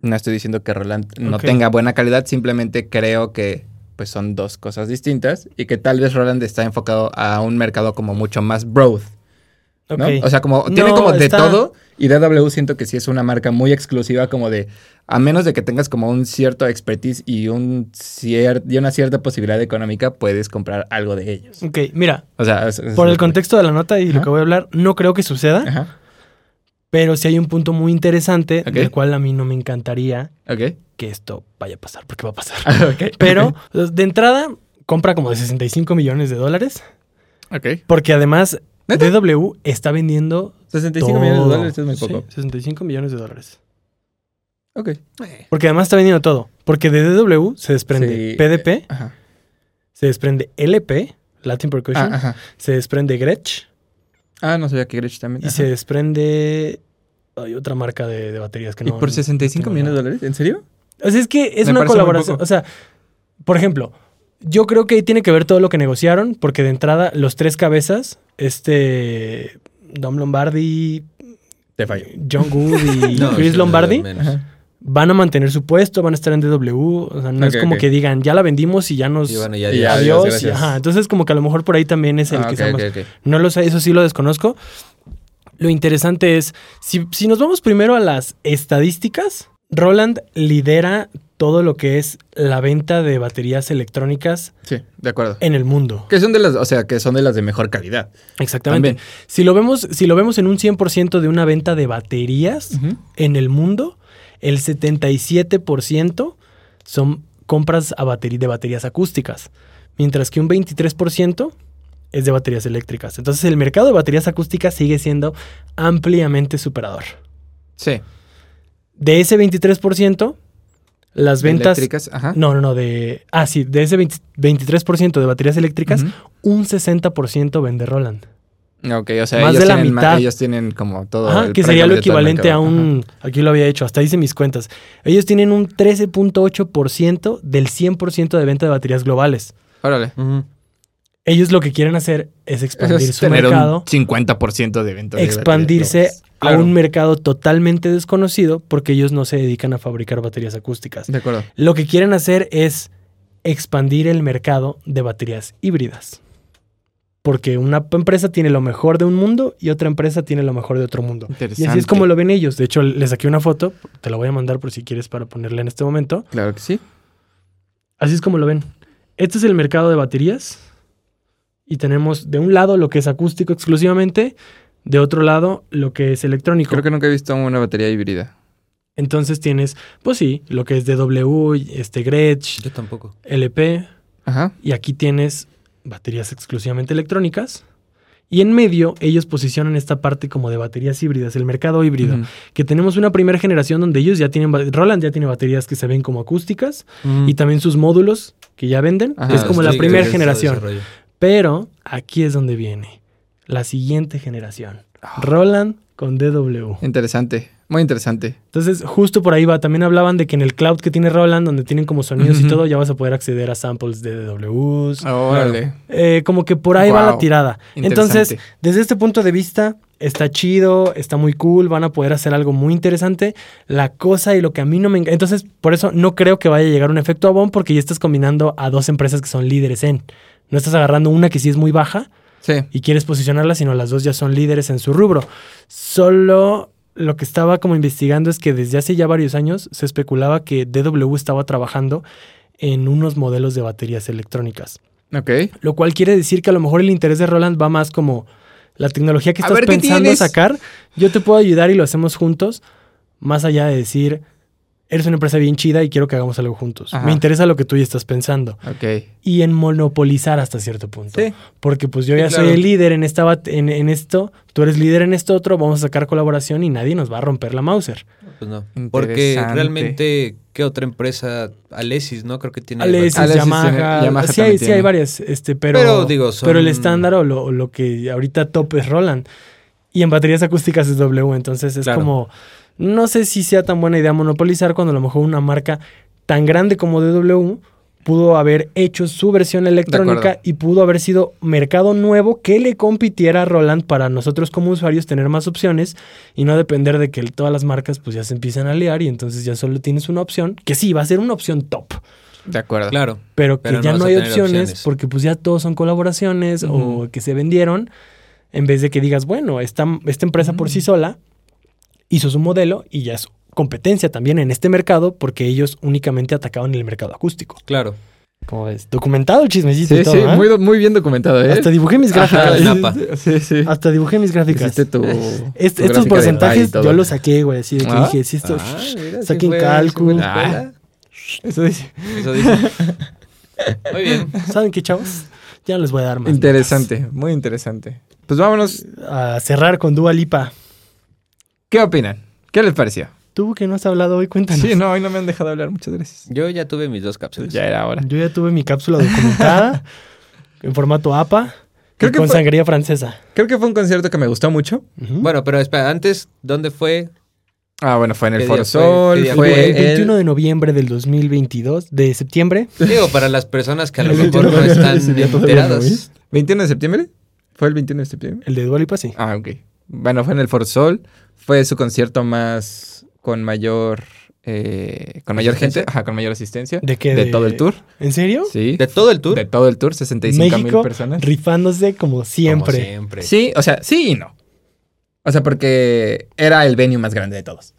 Speaker 2: no estoy diciendo que Roland no
Speaker 3: Ok.
Speaker 2: tenga buena calidad, simplemente creo que pues son dos cosas distintas y que tal vez Roland está enfocado a un mercado como mucho más broad.
Speaker 3: Ok.
Speaker 2: ¿no? O sea, como tiene
Speaker 3: No,
Speaker 2: como de
Speaker 3: está-
Speaker 2: todo y DW siento que sí es una marca muy exclusiva como de a menos de que tengas como un cierto expertise y un cier- y una cierta posibilidad económica puedes comprar algo de ellos.
Speaker 3: ok, mira,
Speaker 2: O sea, es- es-
Speaker 3: por el contexto de la nota y lo
Speaker 2: Ajá.
Speaker 3: que voy a hablar, no creo que suceda,
Speaker 2: Ajá.
Speaker 3: pero sí hay un punto muy interesante,
Speaker 2: Ok.
Speaker 3: del cual a mí no me encantaría
Speaker 2: Ok.
Speaker 3: que esto vaya a pasar, porque va a pasar.
Speaker 2: ok.
Speaker 3: Pero de entrada, compra como de 65 millones de dólares,
Speaker 2: Ok.
Speaker 3: porque además
Speaker 2: ¿Neta?
Speaker 3: DW está vendiendo
Speaker 2: 65 millones de
Speaker 3: todo.
Speaker 2: dólares es muy poco.
Speaker 3: Sí, 65 millones de dólares.
Speaker 2: Ok.
Speaker 3: Porque además está vendiendo todo. Porque de DW se desprende
Speaker 2: Sí, eh,
Speaker 3: PDP,
Speaker 2: Ajá.
Speaker 3: se desprende LP, Latin
Speaker 2: Ah,
Speaker 3: Percussion,
Speaker 2: ajá.
Speaker 3: se desprende Gretsch
Speaker 2: Ah, no sabía que Gretsch también.
Speaker 3: y
Speaker 2: ajá.
Speaker 3: se desprende. Hay otra marca de, de baterías que
Speaker 2: ¿Y
Speaker 3: no.
Speaker 2: por 65
Speaker 3: no tengo
Speaker 2: millones de
Speaker 3: nada.
Speaker 2: dólares? ¿En serio?
Speaker 3: O sea, es que es
Speaker 2: Me parece
Speaker 3: una
Speaker 2: muy
Speaker 3: colaboración.
Speaker 2: poco.
Speaker 3: O sea, por ejemplo, yo creo que ahí tiene que ver todo lo que negociaron, porque de entrada, los tres cabezas, este. Dom Lombardi,
Speaker 2: Te
Speaker 3: John Good y
Speaker 1: No,
Speaker 3: Chris
Speaker 1: sí,
Speaker 3: Lombardi.
Speaker 1: menos.
Speaker 2: Ajá.
Speaker 3: van a mantener su puesto, van a estar en DW. O sea, no es
Speaker 2: Ok,
Speaker 3: como
Speaker 2: ok.
Speaker 3: que digan, ya la vendimos y ya nos.
Speaker 1: Y bueno, ya,
Speaker 2: Y
Speaker 1: ya.
Speaker 2: ya.
Speaker 3: adiós.
Speaker 2: gracias.
Speaker 3: y ajá. Entonces, como que a lo mejor por ahí también es el
Speaker 2: Ah,
Speaker 3: que
Speaker 2: ok,
Speaker 3: sea más-
Speaker 2: ok, ok.
Speaker 3: No lo sé, eso sí lo desconozco. Lo interesante es, si, si nos vamos primero a las estadísticas, Roland lidera todo lo que es la venta de baterías electrónicas
Speaker 2: Sí, de acuerdo.
Speaker 3: en el mundo.
Speaker 2: Que son de las, o sea, que son de las de mejor calidad.
Speaker 3: Exactamente.
Speaker 2: También.
Speaker 3: Si lo, vemos, si lo vemos en un 100% de una venta de baterías, en el mundo, el 77% son compras a bateri- de baterías acústicas, mientras que un 23% es de baterías eléctricas. Entonces el mercado de baterías acústicas sigue siendo ampliamente superador.
Speaker 2: Sí.
Speaker 3: De ese 23%, las ventas...
Speaker 2: Eléctricas, ajá.
Speaker 3: No, no, no, de... Ah, sí, de ese 20 23% de baterías eléctricas,
Speaker 2: Ujú.
Speaker 3: un 60% vende Roland.
Speaker 2: Ok, o sea,
Speaker 3: Más
Speaker 2: ellos,
Speaker 3: de la
Speaker 2: tienen ma-
Speaker 3: mitad.
Speaker 2: ellos tienen como todo.
Speaker 3: Ajá,
Speaker 2: el
Speaker 3: que sería lo
Speaker 2: breakdown de todo el
Speaker 3: equivalente a
Speaker 2: mercado. Ajá.
Speaker 3: un, aquí lo había hecho, hasta hice mis cuentas. Ellos tienen un 13.8% del 100% de venta de baterías globales.
Speaker 2: Órale.
Speaker 1: Ujú.
Speaker 3: Ellos lo que quieren hacer es
Speaker 2: Eso
Speaker 3: expandir
Speaker 2: es
Speaker 3: su
Speaker 2: tener
Speaker 3: mercado,
Speaker 2: un 50% de ventas. de
Speaker 3: expandirse
Speaker 2: baterías.
Speaker 3: a
Speaker 2: Claro.
Speaker 3: un mercado totalmente desconocido porque ellos no se dedican a fabricar baterías acústicas.
Speaker 2: De acuerdo.
Speaker 3: Lo que quieren hacer es expandir el mercado de baterías híbridas. Porque una empresa tiene lo mejor de un mundo y otra empresa tiene lo mejor de otro mundo. Y
Speaker 2: Interesante.
Speaker 3: así es como lo ven ellos. De hecho, les saqué una foto. Te la voy a mandar por si quieres para ponerla en este momento.
Speaker 2: Claro que sí.
Speaker 3: Así es como lo ven. Este es el mercado de baterías. Y tenemos de un lado lo que es acústico exclusivamente. De otro lado, lo que es electrónico.
Speaker 2: Creo que nunca he visto una batería híbrida.
Speaker 3: Entonces tienes, pues sí, lo que es DW, este Gretsch,
Speaker 1: Yo tampoco.
Speaker 3: LP,
Speaker 2: Ajá.
Speaker 3: y aquí tienes baterías exclusivamente electrónicas. Y en medio ellos posicionan esta parte como de baterías híbridas, el mercado híbrido,
Speaker 2: Ujú.
Speaker 3: que tenemos una primera generación donde ellos ya tienen, ba- Roland ya tiene baterías que se ven como acústicas y también sus módulos que ya venden,
Speaker 2: Ajá,
Speaker 3: que es como la
Speaker 1: estoy
Speaker 3: primera
Speaker 1: creyendo en su
Speaker 3: generación.
Speaker 1: desarrollo.
Speaker 3: Pero aquí es donde viene la siguiente generación,
Speaker 2: Ah.
Speaker 3: Roland con DW.
Speaker 2: Interesante, muy interesante.
Speaker 3: Entonces, justo por ahí va. También hablaban de que en el cloud que tiene Roland, donde tienen como sonidos y
Speaker 2: Ujú. Ah.
Speaker 3: todo, ya vas a poder acceder a samples de DWs.
Speaker 2: Órale.
Speaker 3: Eh, como que por ahí va
Speaker 2: Wow.
Speaker 3: la tirada. Entonces,
Speaker 2: Interesante.
Speaker 3: desde este punto de vista, está chido, está muy cool, van a poder hacer algo muy interesante. La cosa y lo que a mí no me encanta. Entonces, por eso no creo que vaya a llegar un efecto Avon, porque ya estás combinando a dos empresas que son líderes en. No estás agarrando una que sí es muy baja
Speaker 2: Sí.
Speaker 3: y quieres posicionarla, sino las dos ya son líderes en su rubro. Solo lo que estaba como investigando es que desde hace ya varios años se especulaba que DW estaba trabajando en unos modelos de baterías electrónicas,
Speaker 2: Ok.
Speaker 3: lo cual quiere decir que a lo mejor el interés de Roland va más como la tecnología que
Speaker 2: A
Speaker 3: estás
Speaker 2: ver, ¿qué
Speaker 3: pensando
Speaker 2: tienes?
Speaker 3: sacar, yo te puedo ayudar y lo hacemos juntos, más allá de decir, eres una empresa bien chida y quiero que hagamos algo juntos.
Speaker 2: Ajá.
Speaker 3: Me interesa lo que tú ya estás pensando
Speaker 2: Ok.
Speaker 3: y en monopolizar hasta cierto punto.
Speaker 2: Sí.
Speaker 3: Porque pues yo
Speaker 2: Sí,
Speaker 3: ya
Speaker 2: claro.
Speaker 3: soy el líder en, esta, bat- en, en esto, tú eres líder en esto otro, vamos a sacar colaboración y nadie nos va a romper la Mauser.
Speaker 1: Pues no. Porque
Speaker 2: Interesante.
Speaker 1: realmente, ¿qué otra empresa? Alesis, ¿no? Creo que tiene.
Speaker 3: Alesis,
Speaker 2: Alesis
Speaker 3: Yamaha,
Speaker 2: tiene- Yamaha
Speaker 3: sí,
Speaker 2: también
Speaker 3: hay, sí
Speaker 2: tiene.
Speaker 3: hay varias, este, pero,
Speaker 1: Pero, digo, son-
Speaker 3: pero el estándar o lo, o lo que ahorita top es Roland. Y en baterías acústicas es W, entonces es
Speaker 1: Claro.
Speaker 3: como, no sé si sea tan buena idea monopolizar cuando a lo mejor una marca tan grande como DW pudo haber hecho su versión electrónica
Speaker 2: acuerdo.
Speaker 3: y pudo haber sido mercado nuevo que le compitiera a Roland para nosotros como usuarios tener más opciones y no depender de que todas las marcas pues ya se empiezan a liar y entonces ya solo tienes una opción que sí va a ser una opción top
Speaker 2: De acuerdo.
Speaker 1: Claro.
Speaker 3: pero que
Speaker 1: Pero
Speaker 3: ya
Speaker 1: no
Speaker 3: no,
Speaker 1: vas a
Speaker 3: hay
Speaker 1: tener
Speaker 3: opciones,
Speaker 1: opciones.
Speaker 3: porque pues ya todos son colaboraciones
Speaker 2: Ujú.
Speaker 3: o que se vendieron, en vez de que digas, bueno, esta, esta empresa por sí sola hizo su modelo y ya es competencia también en este mercado porque ellos únicamente atacaban el mercado acústico.
Speaker 1: Claro.
Speaker 3: Como ves, documentado el chismecito y
Speaker 2: Sí,
Speaker 3: todo,
Speaker 2: sí,
Speaker 3: ¿eh?
Speaker 2: muy, muy bien documentado, ¿eh?
Speaker 3: Hasta dibujé mis
Speaker 1: Ajá,
Speaker 3: gráficas.
Speaker 1: el mapa.
Speaker 2: Sí, sí.
Speaker 3: Hasta dibujé mis gráficas.
Speaker 2: Hiciste tu,
Speaker 3: Est-
Speaker 2: tu gráfica
Speaker 3: estos
Speaker 2: de
Speaker 3: porcentajes
Speaker 2: pie y
Speaker 3: yo
Speaker 2: todo.
Speaker 3: los saqué, güey, así de que
Speaker 2: Ah.
Speaker 3: dije, si esto...
Speaker 1: mira, sí
Speaker 3: saquen
Speaker 1: fue- sí
Speaker 3: cálculo.
Speaker 1: fue escuela.
Speaker 2: Eso dice.
Speaker 1: Eso dice. Muy bien.
Speaker 3: ¿Saben qué, chavos? Ya no les voy a dar más.
Speaker 2: Interesante, muy interesante. Pues vámonos.
Speaker 3: notas. A cerrar con Dua Lipa.
Speaker 2: ¿Qué opinan? ¿Qué les pareció?
Speaker 3: Tú que no has hablado hoy, cuéntanos.
Speaker 2: Sí, no, hoy no me han dejado hablar. Muchas gracias.
Speaker 1: Yo ya tuve mis dos cápsulas.
Speaker 2: Ya era hora.
Speaker 3: Yo ya tuve mi cápsula documentada en formato APA y
Speaker 2: Creo que
Speaker 3: con
Speaker 2: fue-
Speaker 3: sangría francesa.
Speaker 2: Creo que fue un concierto que me gustó mucho.
Speaker 3: Ujú.
Speaker 1: Bueno, pero espera, antes, ¿dónde fue?
Speaker 2: Ah, bueno, fue en el
Speaker 1: ¿Qué
Speaker 2: Foro
Speaker 1: día fue?
Speaker 2: Sol.
Speaker 1: ¿Qué día
Speaker 2: Fue
Speaker 1: fue?
Speaker 3: el
Speaker 2: el-
Speaker 3: 21 de noviembre del 2022, de septiembre.
Speaker 1: Digo, para las personas que a lo
Speaker 3: El
Speaker 1: mejor no
Speaker 3: último
Speaker 1: están
Speaker 3: ese día todavía no
Speaker 1: enteradas.
Speaker 3: es.
Speaker 2: 21 de septiembre. ¿Fue el 21 de septiembre?
Speaker 3: El de Dualipa, sí.
Speaker 2: Ah, ok. Bueno, fue en el Foro Sol. Fue su concierto más con mayor eh, con mayor gente,
Speaker 1: ¿Asistencia?
Speaker 2: ajá, con mayor asistencia
Speaker 3: ¿De qué?
Speaker 2: de
Speaker 3: De-
Speaker 2: todo el tour.
Speaker 3: ¿En serio?
Speaker 2: Sí.
Speaker 1: ¿De todo el tour?
Speaker 2: De todo el tour, 65 mil
Speaker 3: México
Speaker 2: personas.
Speaker 3: rifándose como siempre.
Speaker 1: Como siempre.
Speaker 2: Sí, o sea, sí y no. O sea, porque era el venue más grande de todos.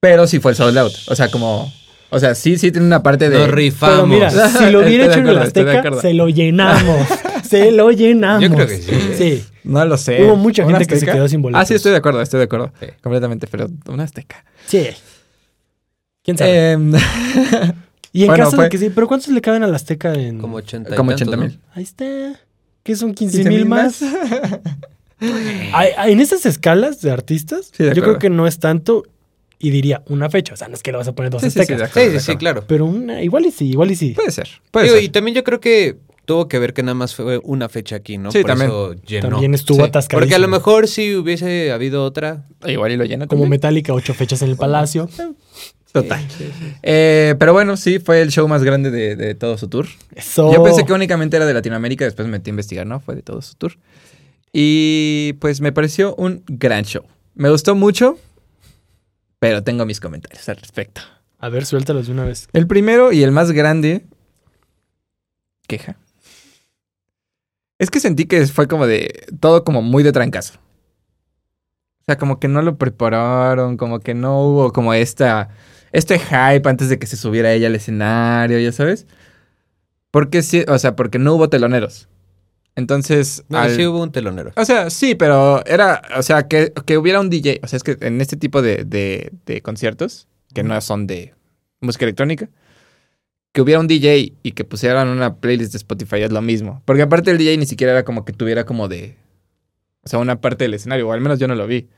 Speaker 2: Pero sí fue el sold out. O sea, como. O sea, sí, sí tiene una parte de.
Speaker 1: Nos rifamos.
Speaker 3: Pero mira, si lo
Speaker 2: Estoy
Speaker 3: hubiera
Speaker 2: de
Speaker 3: hecho en el
Speaker 2: acuerdo, estoy de
Speaker 3: Azteca,
Speaker 2: acuerdo.
Speaker 3: se lo llenamos. se lo llenamos.
Speaker 1: Yo creo que sí.
Speaker 3: Sí.
Speaker 2: No lo sé.
Speaker 3: Hubo mucha
Speaker 2: ¿Una
Speaker 3: gente que se
Speaker 2: azteca?
Speaker 3: quedó sin boletos.
Speaker 2: Ah, sí, estoy de acuerdo, estoy de acuerdo.
Speaker 1: Sí.
Speaker 2: Completamente, pero una azteca.
Speaker 3: Sí. ¿Quién sabe?
Speaker 2: Em,
Speaker 3: y en
Speaker 2: bueno,
Speaker 3: caso
Speaker 2: fue-
Speaker 3: de que sí, ¿pero cuántos le caben a la Azteca en...?
Speaker 1: Como 80 y
Speaker 2: como
Speaker 1: tantos,
Speaker 2: 80
Speaker 1: ¿no?
Speaker 2: mil.
Speaker 3: Ahí está. Que son 15 mil más. Ay, ay, en esas escalas de artistas,
Speaker 2: Sí, de
Speaker 3: yo
Speaker 2: acuerdo.
Speaker 3: creo que no es tanto. Y diría una fecha. O sea, no es que le vas a poner dos
Speaker 2: Sí, sí, sí,
Speaker 3: aztecas.
Speaker 2: de acuerdo,
Speaker 1: Sí,
Speaker 2: de
Speaker 1: sí, sí, claro.
Speaker 2: acuerdo. Pues,
Speaker 3: pero una, igual y sí, igual y sí.
Speaker 2: Puede ser, puede
Speaker 1: Digo,
Speaker 2: ser.
Speaker 1: y también yo creo que tuvo que ver que nada más fue una fecha aquí, ¿no?
Speaker 2: Sí,
Speaker 1: Por
Speaker 2: también.
Speaker 1: eso llenó.
Speaker 3: También estuvo
Speaker 2: sí.
Speaker 3: atascadísimo.
Speaker 1: Porque a lo mejor si hubiese habido otra.
Speaker 2: Igual y lo llena
Speaker 3: Como
Speaker 2: también.
Speaker 3: Metallica, ocho fechas en el Palacio.
Speaker 2: Total. Eh, pero bueno, sí, fue el show más grande de, de todo su tour.
Speaker 3: Eso.
Speaker 2: Yo pensé que únicamente era de Latinoamérica, después me metí a investigar, ¿no? Fue de todo su tour. Y pues me pareció un gran show. Me gustó mucho, pero tengo mis comentarios al respecto.
Speaker 3: A ver, suéltalos de una vez.
Speaker 2: El primero y el más grande. Queja. Es que sentí que fue como de. Todo como muy de trancazo. O sea, como que no lo prepararon, como que no hubo como esta. Este hype antes de que se subiera ella al escenario, ya sabes. Porque sí, o sea, porque no hubo teloneros. Entonces,
Speaker 1: No,
Speaker 2: al-
Speaker 1: sí hubo un telonero.
Speaker 2: o sea, sí, pero era, o sea, que, que hubiera un DJ. O sea, es que en este tipo de, de- de conciertos, que no son de música electrónica, que hubiera un DJ y que pusieran una playlist de Spotify es lo mismo. Porque aparte el DJ ni siquiera era como que tuviera como de, o sea, una parte del escenario, o al menos yo no lo vi.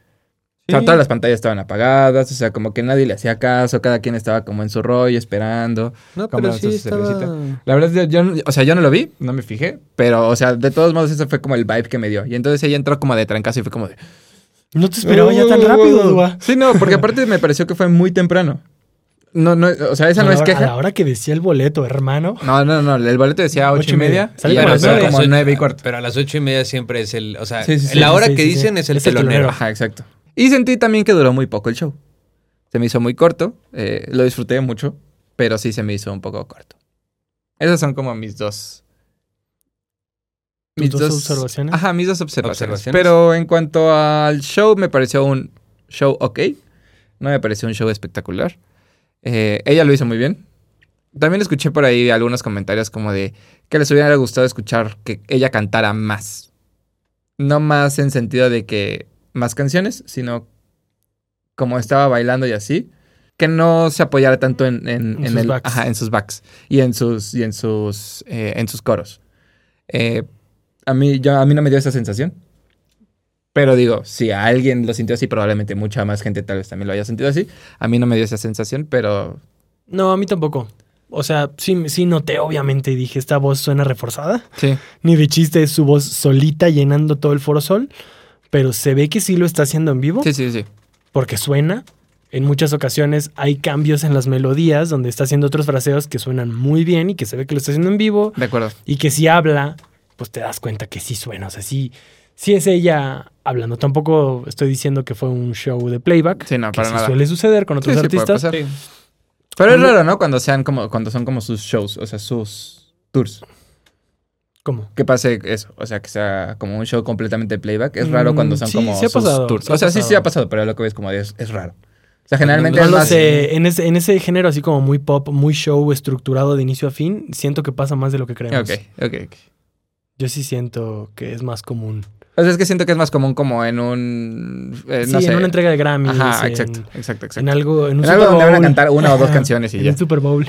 Speaker 2: O sea,
Speaker 1: Sí.
Speaker 2: todas las pantallas estaban apagadas, o sea, como que nadie le hacía caso, cada quien estaba como en su rollo, esperando.
Speaker 1: No, pero
Speaker 2: Cámara de
Speaker 1: sí
Speaker 2: su cervecita.
Speaker 1: estaba...
Speaker 2: La verdad, yo, yo no- o sea, yo no lo vi, no me fijé, pero, o sea, de todos modos, eso fue como el vibe que me dio. Y entonces ella entró como de trancazo y fue como de...
Speaker 3: No te esperaba ya tan
Speaker 2: "Uh".
Speaker 3: rápido, Dua.
Speaker 2: Sí, no, porque aparte me pareció que fue muy temprano. No, no, o sea, esa
Speaker 3: A
Speaker 2: no
Speaker 3: la
Speaker 2: es
Speaker 3: hora- A la
Speaker 2: queja.
Speaker 3: hora que decía el boleto, hermano.
Speaker 2: No, no, no, el boleto decía ocho, y media,
Speaker 3: Sale
Speaker 2: y
Speaker 3: como a las
Speaker 2: empezó
Speaker 3: nueve.
Speaker 2: como
Speaker 1: ocho-
Speaker 2: nueve y cuarto.
Speaker 1: Pero a las ocho y media siempre es el... O sea,
Speaker 2: Sí, sí, sí.
Speaker 1: la hora
Speaker 3: Sí,
Speaker 1: que
Speaker 3: sí, sí.
Speaker 1: dicen es el
Speaker 3: Es el
Speaker 1: telonero.
Speaker 2: Ajá, exacto. Y sentí también que duró muy poco el show. Se me hizo muy corto, eh, lo disfruté mucho, pero sí se me hizo un poco corto. Esas son como mis dos...
Speaker 3: ¿Tus dos observaciones?
Speaker 2: Ajá, mis dos observaciones.
Speaker 1: Observaciones.
Speaker 2: Pero en cuanto al show, me pareció un show ok. No me pareció un show espectacular. Eh, ella lo hizo muy bien. También escuché por ahí algunos comentarios como de que les hubiera gustado escuchar que ella cantara más. No más en sentido de que más canciones, sino como estaba bailando y así, que no se apoyara tanto en, en-
Speaker 3: En
Speaker 2: en
Speaker 3: sus
Speaker 2: el-
Speaker 3: backs.
Speaker 2: ajá, en sus backs y en sus, y en sus, eh, en sus coros. Eh, a, mí, yo- a mí no me dio esa sensación. Pero digo, si a alguien lo sintió así, probablemente mucha más gente tal vez también lo haya sentido así. A mí no me dio esa sensación, pero
Speaker 3: No, a mí tampoco. O sea, sí, sí noté, obviamente, y dije, esta voz suena reforzada.
Speaker 2: sí.
Speaker 3: Ni de chiste es su voz solita llenando todo el foro sol. Pero se ve que sí lo está haciendo en vivo.
Speaker 2: Sí, sí, sí.
Speaker 3: porque suena. En muchas ocasiones hay cambios en las melodías donde está haciendo otros fraseos que suenan muy bien y que se ve que lo está haciendo en vivo
Speaker 2: De acuerdo.
Speaker 3: y que si habla, pues te das cuenta que sí suena. O sea, sí, sí es ella hablando. Tampoco estoy diciendo que fue un show de playback.
Speaker 2: Sí, no,
Speaker 3: que
Speaker 2: para
Speaker 3: sí
Speaker 2: nada.
Speaker 3: suele suceder con otros
Speaker 2: Sí, sí, puede
Speaker 3: artistas.
Speaker 2: pasar. Pero es raro, ¿no? Cuando sean como, cuando son como sus shows, o sea, sus tours.
Speaker 3: ¿Cómo?
Speaker 2: Que pase eso, o sea, que sea como un show completamente de playback. Es raro
Speaker 3: Mm,
Speaker 2: cuando son
Speaker 3: sí,
Speaker 2: como
Speaker 3: sí ha
Speaker 2: sus
Speaker 3: pasado,
Speaker 2: tours.
Speaker 3: sí ha
Speaker 2: o sea, sí, sí
Speaker 3: pasado.
Speaker 2: ha pasado, pero lo que ves como de es, es raro. O sea, generalmente
Speaker 3: No
Speaker 2: es
Speaker 3: lo
Speaker 2: más...
Speaker 3: sé. En ese, en ese género así como muy pop, muy show estructurado de inicio a fin, siento que pasa más de lo que creemos.
Speaker 2: Ok, ok, ok.
Speaker 3: Yo sí siento que es más común.
Speaker 2: O sea, es que siento que es más común como en un... eh, no
Speaker 3: sí,
Speaker 2: sé.
Speaker 3: en una entrega de Grammy.
Speaker 2: Ajá, exacto, exacto, exacto.
Speaker 3: En algo, en un
Speaker 2: En algo
Speaker 3: Super
Speaker 2: donde van a
Speaker 3: Bowl.
Speaker 2: cantar una o dos
Speaker 3: Ajá,
Speaker 2: canciones y
Speaker 3: en
Speaker 2: ya.
Speaker 3: un Super Bowl.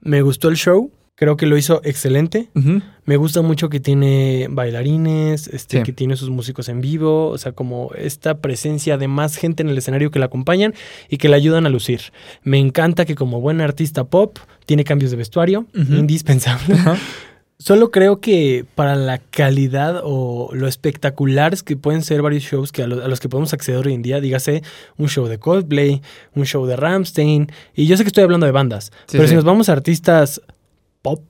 Speaker 3: Me gustó el show. Creo que lo hizo excelente.
Speaker 2: Ujú.
Speaker 3: Me gusta mucho que tiene bailarines, este,
Speaker 2: Sí.
Speaker 3: que tiene sus músicos en vivo. O sea, como esta presencia de más gente en el escenario que la acompañan y que la ayudan a lucir. Me encanta que como buena artista pop tiene cambios de vestuario,
Speaker 2: Ujú.
Speaker 3: indispensable.
Speaker 2: Ajá.
Speaker 3: Solo creo que para la calidad o lo espectaculares que pueden ser varios shows que a, lo- a los que podemos acceder hoy en día, dígase un show de Coldplay, un show de Ramstein, y yo sé que estoy hablando de bandas, pero
Speaker 2: sí.
Speaker 3: si nos vamos a artistas pop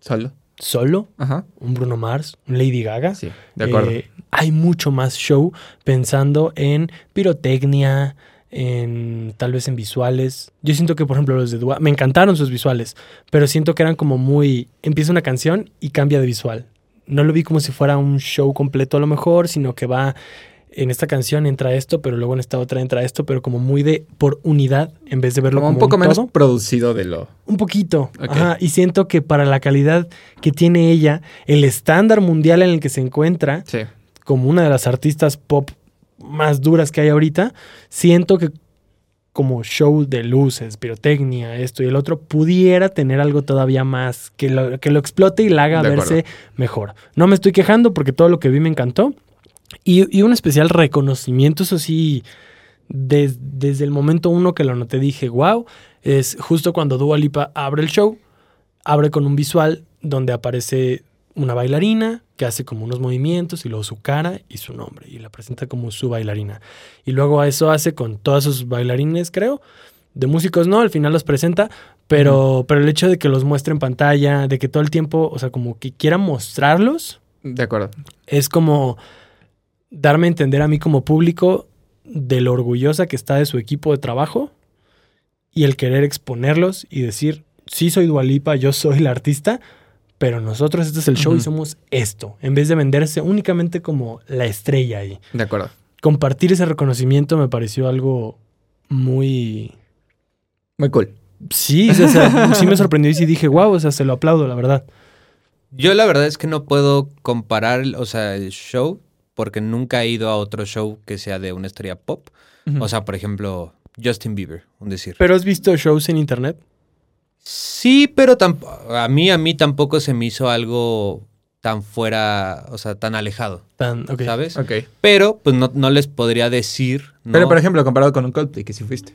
Speaker 2: Solo.
Speaker 3: solo,
Speaker 2: Ajá.
Speaker 3: un Bruno Mars, un Lady Gaga,
Speaker 2: Sí, de acuerdo.
Speaker 3: eh, hay mucho más show pensando en pirotecnia, en tal vez en visuales. Yo siento que, por ejemplo, los de Dua, me encantaron sus visuales, pero siento que eran como muy. Empieza una canción y cambia de visual. No lo vi como si fuera un show completo a lo mejor, sino que va en esta canción entra esto, pero luego en esta otra entra esto, pero como muy de por unidad en vez de verlo
Speaker 2: como
Speaker 3: como,
Speaker 2: un poco menos
Speaker 3: todo.
Speaker 2: producido de lo...
Speaker 3: Un poquito.
Speaker 2: Ok.
Speaker 3: Ajá, y siento que para la calidad que tiene ella, el estándar mundial en el que se encuentra,
Speaker 2: Sí.
Speaker 3: como una de las artistas pop más duras que hay ahorita, siento que como show de luces, pirotecnia, esto y el otro, pudiera tener algo todavía más que lo, que lo explote y la haga
Speaker 2: De
Speaker 3: verse mejor. No me estoy quejando porque todo lo que vi me encantó. Y, y un especial reconocimiento, eso sí, des- desde el momento uno que lo noté dije, wow, es justo cuando Dua Lipa abre el show, abre con un visual donde aparece una bailarina que hace como unos movimientos y luego su cara y su nombre y la presenta como su bailarina. Y luego eso hace con todos sus bailarines, creo. De músicos no, al final los presenta, pero, pero el hecho de que los muestre en pantalla, de que todo el tiempo, o sea, como que quiera mostrarlos,
Speaker 2: De acuerdo.
Speaker 3: es como darme a entender a mí como público de lo orgullosa que está de su equipo de trabajo y el querer exponerlos y decir, sí soy Dualipa, yo soy la artista, pero nosotros este es el show y
Speaker 2: Ujú.
Speaker 3: somos esto, en vez de venderse únicamente como la estrella ahí.
Speaker 2: De acuerdo.
Speaker 3: Compartir ese reconocimiento me pareció algo muy...
Speaker 2: Muy cool.
Speaker 3: Sí, o sea, sí me sorprendió y sí dije, wow, o sea, se lo aplaudo, la verdad.
Speaker 1: Yo la verdad es que no puedo comparar, o sea, el show, porque nunca he ido a otro show que sea de una estrella pop.
Speaker 2: Ujú.
Speaker 1: O sea, por ejemplo, Justin Bieber, un decir.
Speaker 3: ¿Pero has visto shows en internet?
Speaker 1: Sí, pero tamp- a mí, a mí tampoco se me hizo algo tan fuera, o sea, tan alejado,
Speaker 3: Tan, ok.
Speaker 1: ¿sabes?
Speaker 2: Ok.
Speaker 1: Pero, pues no, no les podría decir. ¿no?
Speaker 2: Pero, por ejemplo, comparado con un Coldplay, que sí fuiste.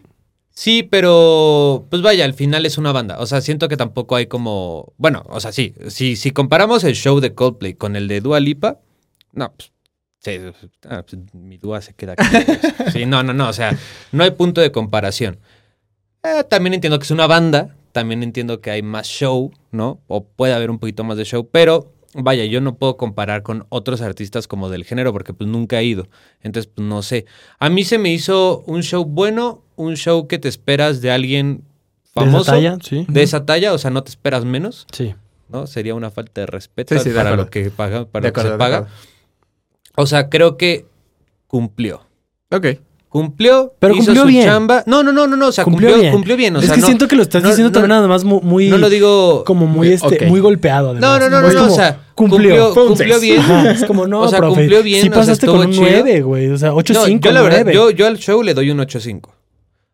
Speaker 1: Sí, pero pues vaya, al final es una banda. O sea, siento que tampoco hay como. Bueno, o sea, sí. Si, si comparamos el show de Coldplay con el de Dua Lipa, no, pues. sí, ah, pues, mi Dua se queda aquí. Sí, no, no, no. O sea, no hay punto de comparación. Eh, también entiendo que es una banda. También entiendo que hay más show, ¿no? O puede haber un poquito más de show, pero. Vaya, yo no puedo comparar con otros artistas como del género porque pues nunca he ido. Entonces, pues no sé. A mí se me hizo un show bueno, un show que te esperas de alguien
Speaker 3: ¿De esa
Speaker 1: famoso.
Speaker 3: talla? Sí.
Speaker 1: De esa talla, o sea, no te esperas menos,
Speaker 3: Sí.
Speaker 1: ¿no? Sería una falta de respeto
Speaker 2: Sí, sí, de
Speaker 1: para
Speaker 2: acuerdo.
Speaker 1: lo que paga, para
Speaker 2: De
Speaker 1: lo que
Speaker 2: acuerdo,
Speaker 1: se
Speaker 2: de
Speaker 1: paga. O sea, creo que cumplió.
Speaker 2: acuerdo. Ok.
Speaker 1: Cumplió,
Speaker 3: Pero
Speaker 1: hizo
Speaker 3: cumplió
Speaker 1: su
Speaker 3: bien.
Speaker 1: chamba. No, no, no, no, no, o sea,
Speaker 3: Cumplió
Speaker 1: cumplió,
Speaker 3: bien.
Speaker 1: cumplió bien. o
Speaker 3: es
Speaker 1: sea,
Speaker 3: que
Speaker 1: no,
Speaker 3: siento que lo estás
Speaker 1: no,
Speaker 3: diciendo
Speaker 1: no,
Speaker 3: también nada más mu- muy...
Speaker 1: no lo digo eh,
Speaker 3: Como muy,
Speaker 2: Ok.
Speaker 3: este, muy golpeado.
Speaker 1: No, no,
Speaker 3: además.
Speaker 1: no, no,
Speaker 3: Es
Speaker 1: no,
Speaker 3: como,
Speaker 1: o sea,
Speaker 3: cumplió.
Speaker 1: cumplió,
Speaker 2: Fue un
Speaker 1: cumplió
Speaker 2: seis.
Speaker 1: bien.
Speaker 3: Ajá, es como, no,
Speaker 1: O sea,
Speaker 3: profe,
Speaker 1: cumplió bien,
Speaker 3: sí
Speaker 1: o sea,
Speaker 3: pasaste con
Speaker 1: estuvo
Speaker 3: un
Speaker 1: chido.
Speaker 3: 9, güey. O sea, 8,
Speaker 1: No,
Speaker 3: 5,
Speaker 1: yo la verdad,
Speaker 3: 9.
Speaker 1: yo, yo al show le doy un 8.5.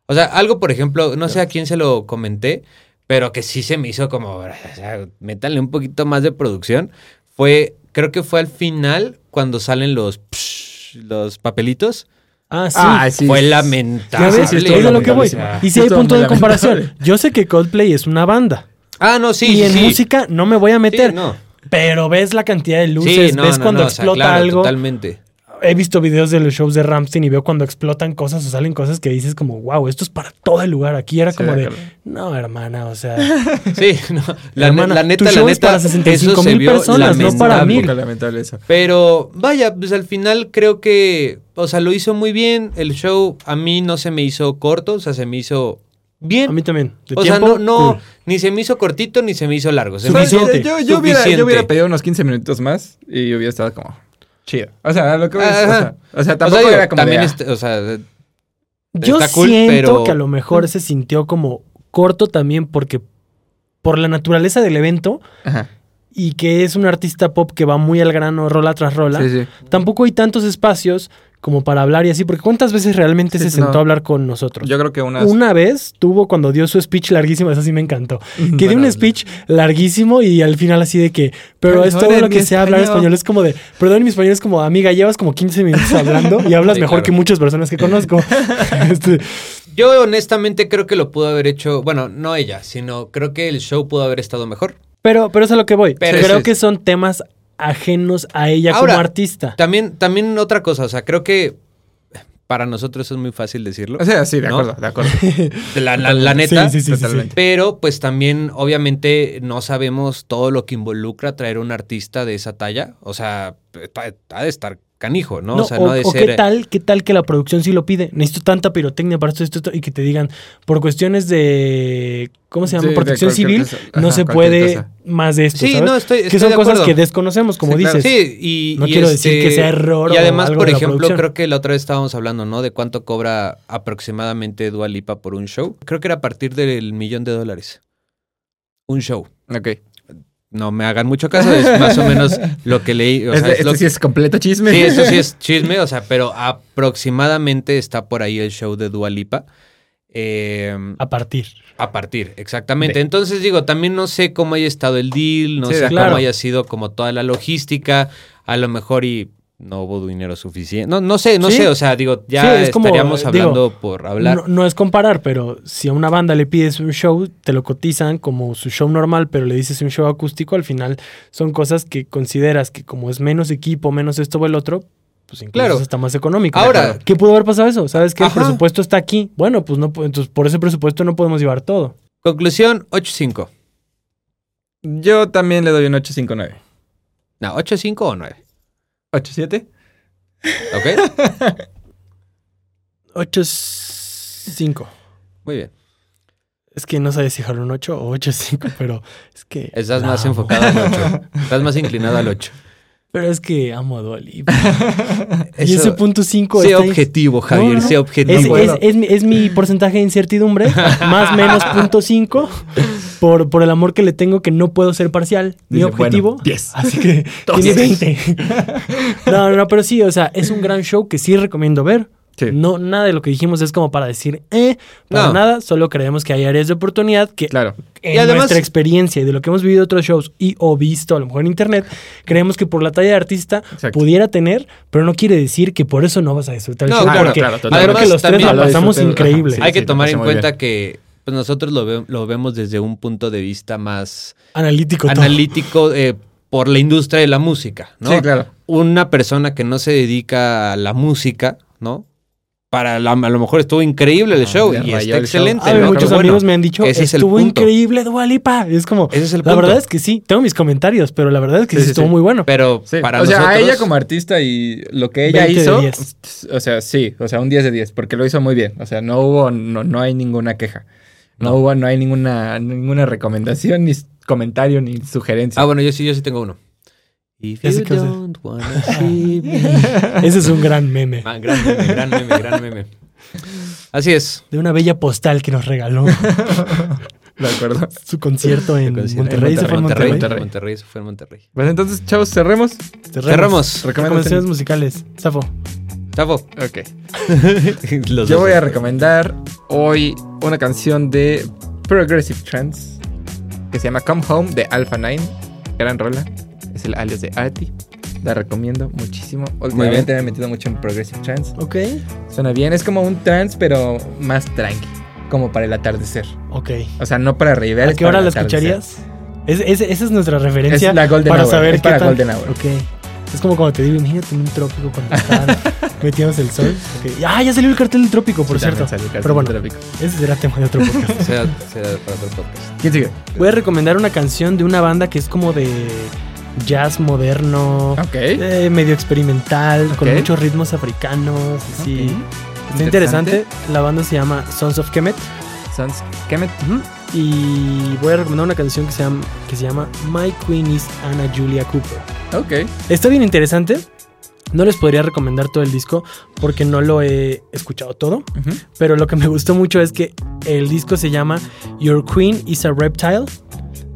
Speaker 1: O sea, algo, por ejemplo, no sé a quién se lo comenté, pero que sí se me hizo como, o sea, métanle un poquito más de producción. Fue, creo que fue al final cuando salen los, psh, los papelitos.
Speaker 3: Ah, sí.
Speaker 2: sí.
Speaker 1: Fue lamentable.
Speaker 3: Ya
Speaker 2: sí,
Speaker 3: ves,
Speaker 2: sí, estuvo
Speaker 3: es a lo que voy.
Speaker 2: lamentable.
Speaker 3: Y si hay
Speaker 2: Estuvo
Speaker 3: punto
Speaker 2: muy
Speaker 3: de comparación.
Speaker 2: lamentable.
Speaker 3: Yo sé que Coldplay es una banda.
Speaker 1: Ah, no, sí,
Speaker 3: y
Speaker 1: sí,
Speaker 3: en
Speaker 1: sí.
Speaker 3: música no me voy a meter.
Speaker 1: Sí, no.
Speaker 3: Pero ves la cantidad de
Speaker 1: Sí,
Speaker 3: luces,
Speaker 1: no,
Speaker 3: ves
Speaker 1: no,
Speaker 3: cuando
Speaker 1: no, o sea,
Speaker 3: explota
Speaker 1: claro,
Speaker 3: algo.
Speaker 1: Totalmente.
Speaker 3: He visto videos de los shows de Ramstein y veo cuando explotan cosas o salen cosas que dices como, wow, esto es para todo el lugar. Aquí era
Speaker 2: Sí,
Speaker 3: como
Speaker 2: de
Speaker 3: de,
Speaker 2: acuerdo.
Speaker 3: no, hermana, o sea,
Speaker 1: Sí, no. La,
Speaker 3: Hermana,
Speaker 1: la
Speaker 3: tu
Speaker 1: neta, la
Speaker 3: show es
Speaker 1: neta.
Speaker 3: para 65
Speaker 1: eso se
Speaker 3: mil
Speaker 1: vio
Speaker 3: personas, no para
Speaker 1: lamentable.
Speaker 3: mil.
Speaker 2: Poco lamentable eso.
Speaker 1: Pero vaya, pues al final creo que, o sea, lo hizo muy bien. El show a mí no se me hizo corto, o sea, se me hizo bien.
Speaker 3: a mí también. De
Speaker 1: o sea,
Speaker 3: tiempo,
Speaker 1: no, no,
Speaker 3: cool.
Speaker 1: ni se me hizo cortito ni se me hizo largo. Se me
Speaker 2: ¿Sabes?
Speaker 1: hizo
Speaker 3: Suficiente.
Speaker 2: Yo, yo- yo hubiera, yo
Speaker 1: Suficiente.
Speaker 2: hubiera pedido unos 15 minutitos más y yo hubiera estado como chido. O sea, lo que voy, o sea,
Speaker 1: Ajá.
Speaker 2: o sea,
Speaker 1: O sea,
Speaker 2: tampoco
Speaker 1: digo,
Speaker 2: era como.
Speaker 1: también
Speaker 2: de, ah,
Speaker 1: este- o sea,
Speaker 3: mm, Yo
Speaker 1: Está cool,
Speaker 3: siento
Speaker 1: pero-
Speaker 3: que a lo mejor se sintió como corto también porque por la naturaleza del evento
Speaker 2: ah, ajá.
Speaker 3: y que es un artista pop que va muy al grano, rola tras rola,
Speaker 2: Sí, sí.
Speaker 3: tampoco hay tantos espacios como para hablar y así, porque ¿cuántas veces realmente
Speaker 2: Sí,
Speaker 3: se
Speaker 2: no.
Speaker 3: sentó a hablar con nosotros?
Speaker 2: Yo creo que unas.
Speaker 3: Una vez tuvo cuando dio su speech larguísimo, eso sí me encantó.
Speaker 1: Mm,
Speaker 2: Ujú,
Speaker 3: Que dio
Speaker 2: bueno,
Speaker 3: un speech larguísimo y al final así de que, pero
Speaker 2: Perdón
Speaker 3: es todo lo
Speaker 2: en
Speaker 3: que
Speaker 2: mi
Speaker 3: sea hablar
Speaker 2: español.
Speaker 3: español, es como de, perdón, mi español es como, amiga, llevas como 15 minutos hablando y hablas
Speaker 1: Sí,
Speaker 3: mejor
Speaker 1: claro.
Speaker 3: que muchas personas que conozco. Este,
Speaker 1: yo honestamente creo que lo pudo haber hecho, bueno, no ella, sino creo que el show pudo haber estado mejor.
Speaker 3: pero, pero es a lo que voy.
Speaker 1: Pero
Speaker 3: Creo
Speaker 1: eso es-
Speaker 3: que son temas ajenos a ella
Speaker 1: Ahora,
Speaker 3: como artista.
Speaker 1: También, también otra cosa, o sea, creo que para nosotros es muy fácil decirlo.
Speaker 2: O sea, sí, de
Speaker 1: ¿No?
Speaker 2: acuerdo, de acuerdo.
Speaker 1: La, la- la neta,
Speaker 3: Ah, Sí, sí, sí, sí, sí.
Speaker 2: totalmente.
Speaker 1: Pero pues también obviamente no sabemos todo lo que involucra traer un artista de esa talla. O sea, está, ha de estar canijo, ¿no?
Speaker 3: No,
Speaker 1: o sea, no ha de
Speaker 3: o
Speaker 1: ser...
Speaker 3: qué tal, qué tal que la producción sí lo pide. Necesito tanta pirotecnia para esto, esto, esto, y que te digan, por cuestiones de, ¿cómo se llama?
Speaker 2: Sí, de
Speaker 3: Protección
Speaker 2: cualquier
Speaker 3: civil,
Speaker 2: cosa.
Speaker 3: no
Speaker 2: Ajá,
Speaker 3: se
Speaker 2: cualquier
Speaker 3: puede
Speaker 2: cosa.
Speaker 3: más de esto.
Speaker 1: Sí,
Speaker 3: ¿sabes?
Speaker 1: no, estoy,
Speaker 3: que
Speaker 1: estoy
Speaker 3: son
Speaker 1: de
Speaker 3: cosas
Speaker 1: acuerdo.
Speaker 3: que desconocemos, como
Speaker 2: Sí, claro.
Speaker 3: dices.
Speaker 1: Sí, y,
Speaker 3: No
Speaker 1: y este,
Speaker 3: quiero decir que sea error
Speaker 1: Y
Speaker 3: o
Speaker 1: además,
Speaker 3: algo
Speaker 1: por
Speaker 3: de la
Speaker 1: ejemplo,
Speaker 3: producción.
Speaker 1: creo que la otra vez estábamos hablando, ¿no? De cuánto cobra aproximadamente Dua Lipa por un show. Creo que era a partir del millón de dólares. Un show.
Speaker 2: Ok.
Speaker 1: No me hagan mucho caso, es más o menos lo que leí. O sea,
Speaker 2: este
Speaker 1: es lo
Speaker 2: este sí es completo chisme.
Speaker 1: Sí, eso sí es chisme, o sea, pero aproximadamente está por ahí el show de Dua Lipa. eh,
Speaker 3: A partir.
Speaker 1: a partir, exactamente.
Speaker 2: De.
Speaker 1: Entonces, digo, también no sé cómo haya estado el deal, no
Speaker 2: Sí, de
Speaker 1: sé
Speaker 3: acuerdo.
Speaker 1: cómo haya sido como toda la logística, a lo mejor y no hubo dinero suficiente. No, no sé, no
Speaker 3: Sí.
Speaker 1: sé, o sea, digo, ya
Speaker 3: Sí, es como,
Speaker 1: estaríamos
Speaker 3: digo,
Speaker 1: hablando por hablar.
Speaker 3: No, no es comparar, pero si a una banda le pides un show, te lo cotizan como su show normal, pero le dices un show acústico, al final son cosas que consideras que como es menos equipo, menos esto o el otro, pues incluso
Speaker 1: Claro.
Speaker 3: está más económico.
Speaker 1: Ahora-
Speaker 3: Claro. ¿qué pudo haber pasado eso? ¿Sabes que el
Speaker 1: Ajá.
Speaker 3: presupuesto está aquí? Bueno, pues no, pu- entonces por ese presupuesto no podemos llevar todo.
Speaker 1: Conclusión, 8-5.
Speaker 2: Yo también le doy un 859.
Speaker 1: No, 8-5 o 9.
Speaker 2: ¿87?
Speaker 1: ¿Ok?
Speaker 3: 8 5.
Speaker 1: Muy bien.
Speaker 3: Es que no sabes si jalar un 8 o 8 5, pero es que
Speaker 1: Estás
Speaker 3: la
Speaker 1: más
Speaker 3: amo.
Speaker 1: enfocado al 8. Estás más inclinado al 8.
Speaker 3: Pero es que amo a Dua Lipa. y ese punto 5
Speaker 1: Sea
Speaker 3: está in-
Speaker 1: objetivo, Javier,
Speaker 3: No, no,
Speaker 1: sea
Speaker 3: no. Es,
Speaker 1: objetivo.
Speaker 3: es- es mi- es mi porcentaje de incertidumbre, más menos punto 5, por, por el amor que le tengo que no puedo ser parcial. mi
Speaker 2: Dice,
Speaker 3: objetivo. Ah,
Speaker 2: bueno, 10.
Speaker 3: Así que tiene 20. no, no, no, pero sí, o sea, es un gran show que sí recomiendo ver.
Speaker 2: Sí.
Speaker 3: No, nada de lo que dijimos es como para decir, eh, para
Speaker 1: No.
Speaker 3: nada, solo creemos que hay áreas de oportunidad que
Speaker 2: Claro.
Speaker 3: en
Speaker 1: Y además-
Speaker 3: nuestra experiencia y de lo que hemos vivido otros shows y o visto a lo mejor en internet, creemos que por la talla de artista
Speaker 2: Exacto.
Speaker 3: pudiera tener, pero no quiere decir que por eso no vas a disfrutar el
Speaker 1: No,
Speaker 3: show,
Speaker 1: claro,
Speaker 3: porque
Speaker 2: claro,
Speaker 3: yo creo
Speaker 1: totalmente.
Speaker 3: que
Speaker 1: Además,
Speaker 3: los tres la
Speaker 1: también-
Speaker 3: pasamos
Speaker 2: Ajá,
Speaker 3: increíble.
Speaker 2: sí.
Speaker 1: Hay que tomar
Speaker 2: me
Speaker 1: en
Speaker 2: parece muy
Speaker 1: cuenta
Speaker 2: bien.
Speaker 1: que pues, nosotros lo, ve- lo vemos desde un punto de vista más
Speaker 3: Analítico. todo.
Speaker 1: analítico eh, por la industria de la música, ¿no?
Speaker 2: Sí, claro.
Speaker 1: Una persona que no se dedica a la música, ¿no? Para la- a lo mejor estuvo increíble el
Speaker 2: Ah,
Speaker 1: show
Speaker 2: le
Speaker 1: y
Speaker 2: rayó
Speaker 1: está
Speaker 2: el show.
Speaker 1: excelente.
Speaker 3: A ver,
Speaker 1: ¿no?
Speaker 3: Ah, muchos
Speaker 1: Pero bueno,
Speaker 3: amigos me han dicho,
Speaker 1: ese es el
Speaker 3: estuvo
Speaker 1: punto.
Speaker 3: increíble Dualipa. Es como,
Speaker 1: Ese es el
Speaker 3: la
Speaker 1: punto.
Speaker 3: verdad es que sí, tengo mis comentarios, pero la verdad es que
Speaker 2: Sí,
Speaker 3: sí,
Speaker 2: sí,
Speaker 3: estuvo
Speaker 2: sí.
Speaker 3: muy bueno.
Speaker 1: Pero
Speaker 2: Sí.
Speaker 1: para
Speaker 2: o sea,
Speaker 1: nosotros...
Speaker 2: a ella como artista y lo que ella
Speaker 3: 20 de
Speaker 2: hizo,
Speaker 3: 10.
Speaker 2: o sea, sí, o sea, un 10 de 10, porque lo hizo muy bien. O sea, no hubo, no, no hay ninguna queja. No, hubo, no hay ninguna, ninguna recomendación, ni s- comentario, ni sugerencia.
Speaker 1: Ah, bueno, yo sí, yo sí tengo uno. If
Speaker 3: Ya sé
Speaker 1: you
Speaker 3: qué hacer.
Speaker 1: don't wanna see me...
Speaker 3: Ese es un gran meme
Speaker 1: Ah, gran meme, gran meme, gran meme. Así es.
Speaker 3: de una bella postal que nos regaló
Speaker 2: De acuerdo.
Speaker 3: su concierto en
Speaker 1: Coincidencia.
Speaker 3: Monterrey. ¿Se fue en
Speaker 1: Monterrey,
Speaker 3: Monterrey?
Speaker 1: Monterrey, Monterrey, se fue en Monterrey.
Speaker 2: Pues entonces, chavos, cerremos.
Speaker 1: Cerramos.
Speaker 3: Recomendaciones musicales. Zafo.
Speaker 1: Tafo.
Speaker 2: Ok. Yo voy a recomendar hoy una canción de Progressive Trance que se llama Come Home de Alpha 9. Gran rola. Es el alias de Arti. La recomiendo muchísimo. Últimamente me he metido mucho en Progressive Trance.
Speaker 3: Ok.
Speaker 2: Suena bien. Es como un trance, pero más tranqui. Como para el atardecer.
Speaker 3: Ok.
Speaker 2: O sea, no para River.
Speaker 3: ¿A qué hora la escucharías? Es- es- esa es nuestra referencia
Speaker 2: Es la Golden
Speaker 3: para
Speaker 2: Hour,
Speaker 3: saber
Speaker 2: es
Speaker 3: qué
Speaker 2: para
Speaker 3: tal.
Speaker 2: Golden Hour.
Speaker 3: Ok. Es como cuando te digo, imagínate en un trópico cuando estaban metiéndose el sol. Ok. Ah, ya salió el cartel del trópico, por cierto. Pero bueno, ese será tema de otro podcast.
Speaker 1: Será, será para otro podcast.
Speaker 2: ¿Quién sigue?
Speaker 3: Voy a recomendar una canción de una banda que es como de jazz moderno,
Speaker 2: Ah, Ok.
Speaker 3: eh, medio experimental, con
Speaker 2: Ok.
Speaker 3: muchos ritmos africanos. así.
Speaker 2: Ok.
Speaker 3: Está interesante. La banda se llama Sons of Kemet.
Speaker 2: Sons Kemet.
Speaker 3: Y voy a recomendar una canción que se llama, que se llama My Queen is Anna Julia Cooper.
Speaker 2: Ok.
Speaker 3: Está bien interesante. No les podría recomendar todo el disco porque no lo he escuchado todo.
Speaker 2: Ujú.
Speaker 3: Pero lo que me gustó mucho es que el disco se llama Your Queen is a Reptile.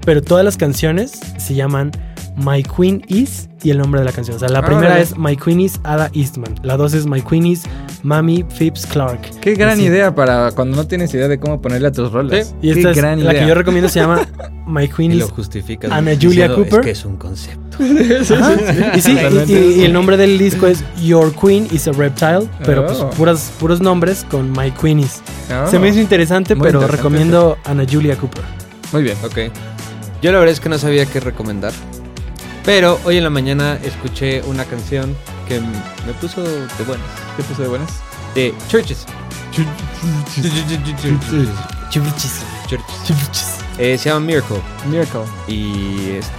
Speaker 3: Pero todas las canciones se llaman My Queen is y el nombre de la canción. O sea, la
Speaker 2: Ah,
Speaker 3: primera
Speaker 2: órale.
Speaker 3: es My Queen is Ada Eastman. La dos es My Queen is Mami Phipps Clark.
Speaker 2: Qué gran
Speaker 3: Así.
Speaker 2: idea para cuando no tienes idea de cómo ponerle a tus rolas.
Speaker 3: Y
Speaker 2: Qué
Speaker 3: esta es
Speaker 2: gran
Speaker 3: la
Speaker 2: idea.
Speaker 3: que yo recomiendo se llama My Queen
Speaker 1: Y
Speaker 3: is
Speaker 1: lo justifica.
Speaker 3: Ana Julia Cooper.
Speaker 1: Es que es un concepto.
Speaker 3: Ajá. Y sí, y,
Speaker 2: Totalmente.
Speaker 3: y- y el nombre del disco es Your Queen is a Reptile, pero pues
Speaker 2: Oh.
Speaker 3: puras, puros nombres con My Queen is.
Speaker 2: Ah,
Speaker 3: Se me hizo interesante,
Speaker 2: Muy
Speaker 3: pero
Speaker 2: interesante.
Speaker 3: recomiendo Ana Julia Cooper.
Speaker 2: Muy bien.
Speaker 1: Ok. Yo la verdad es que no sabía qué recomendar. Pero hoy en la mañana escuché una canción que m- me puso de buenas.
Speaker 2: ¿Qué puso de buenas?
Speaker 1: De Churches.
Speaker 3: Chivichis,
Speaker 1: Churches.
Speaker 3: chivichis.
Speaker 1: Eh, se llama Miracle.
Speaker 2: Miracle.
Speaker 1: Y es-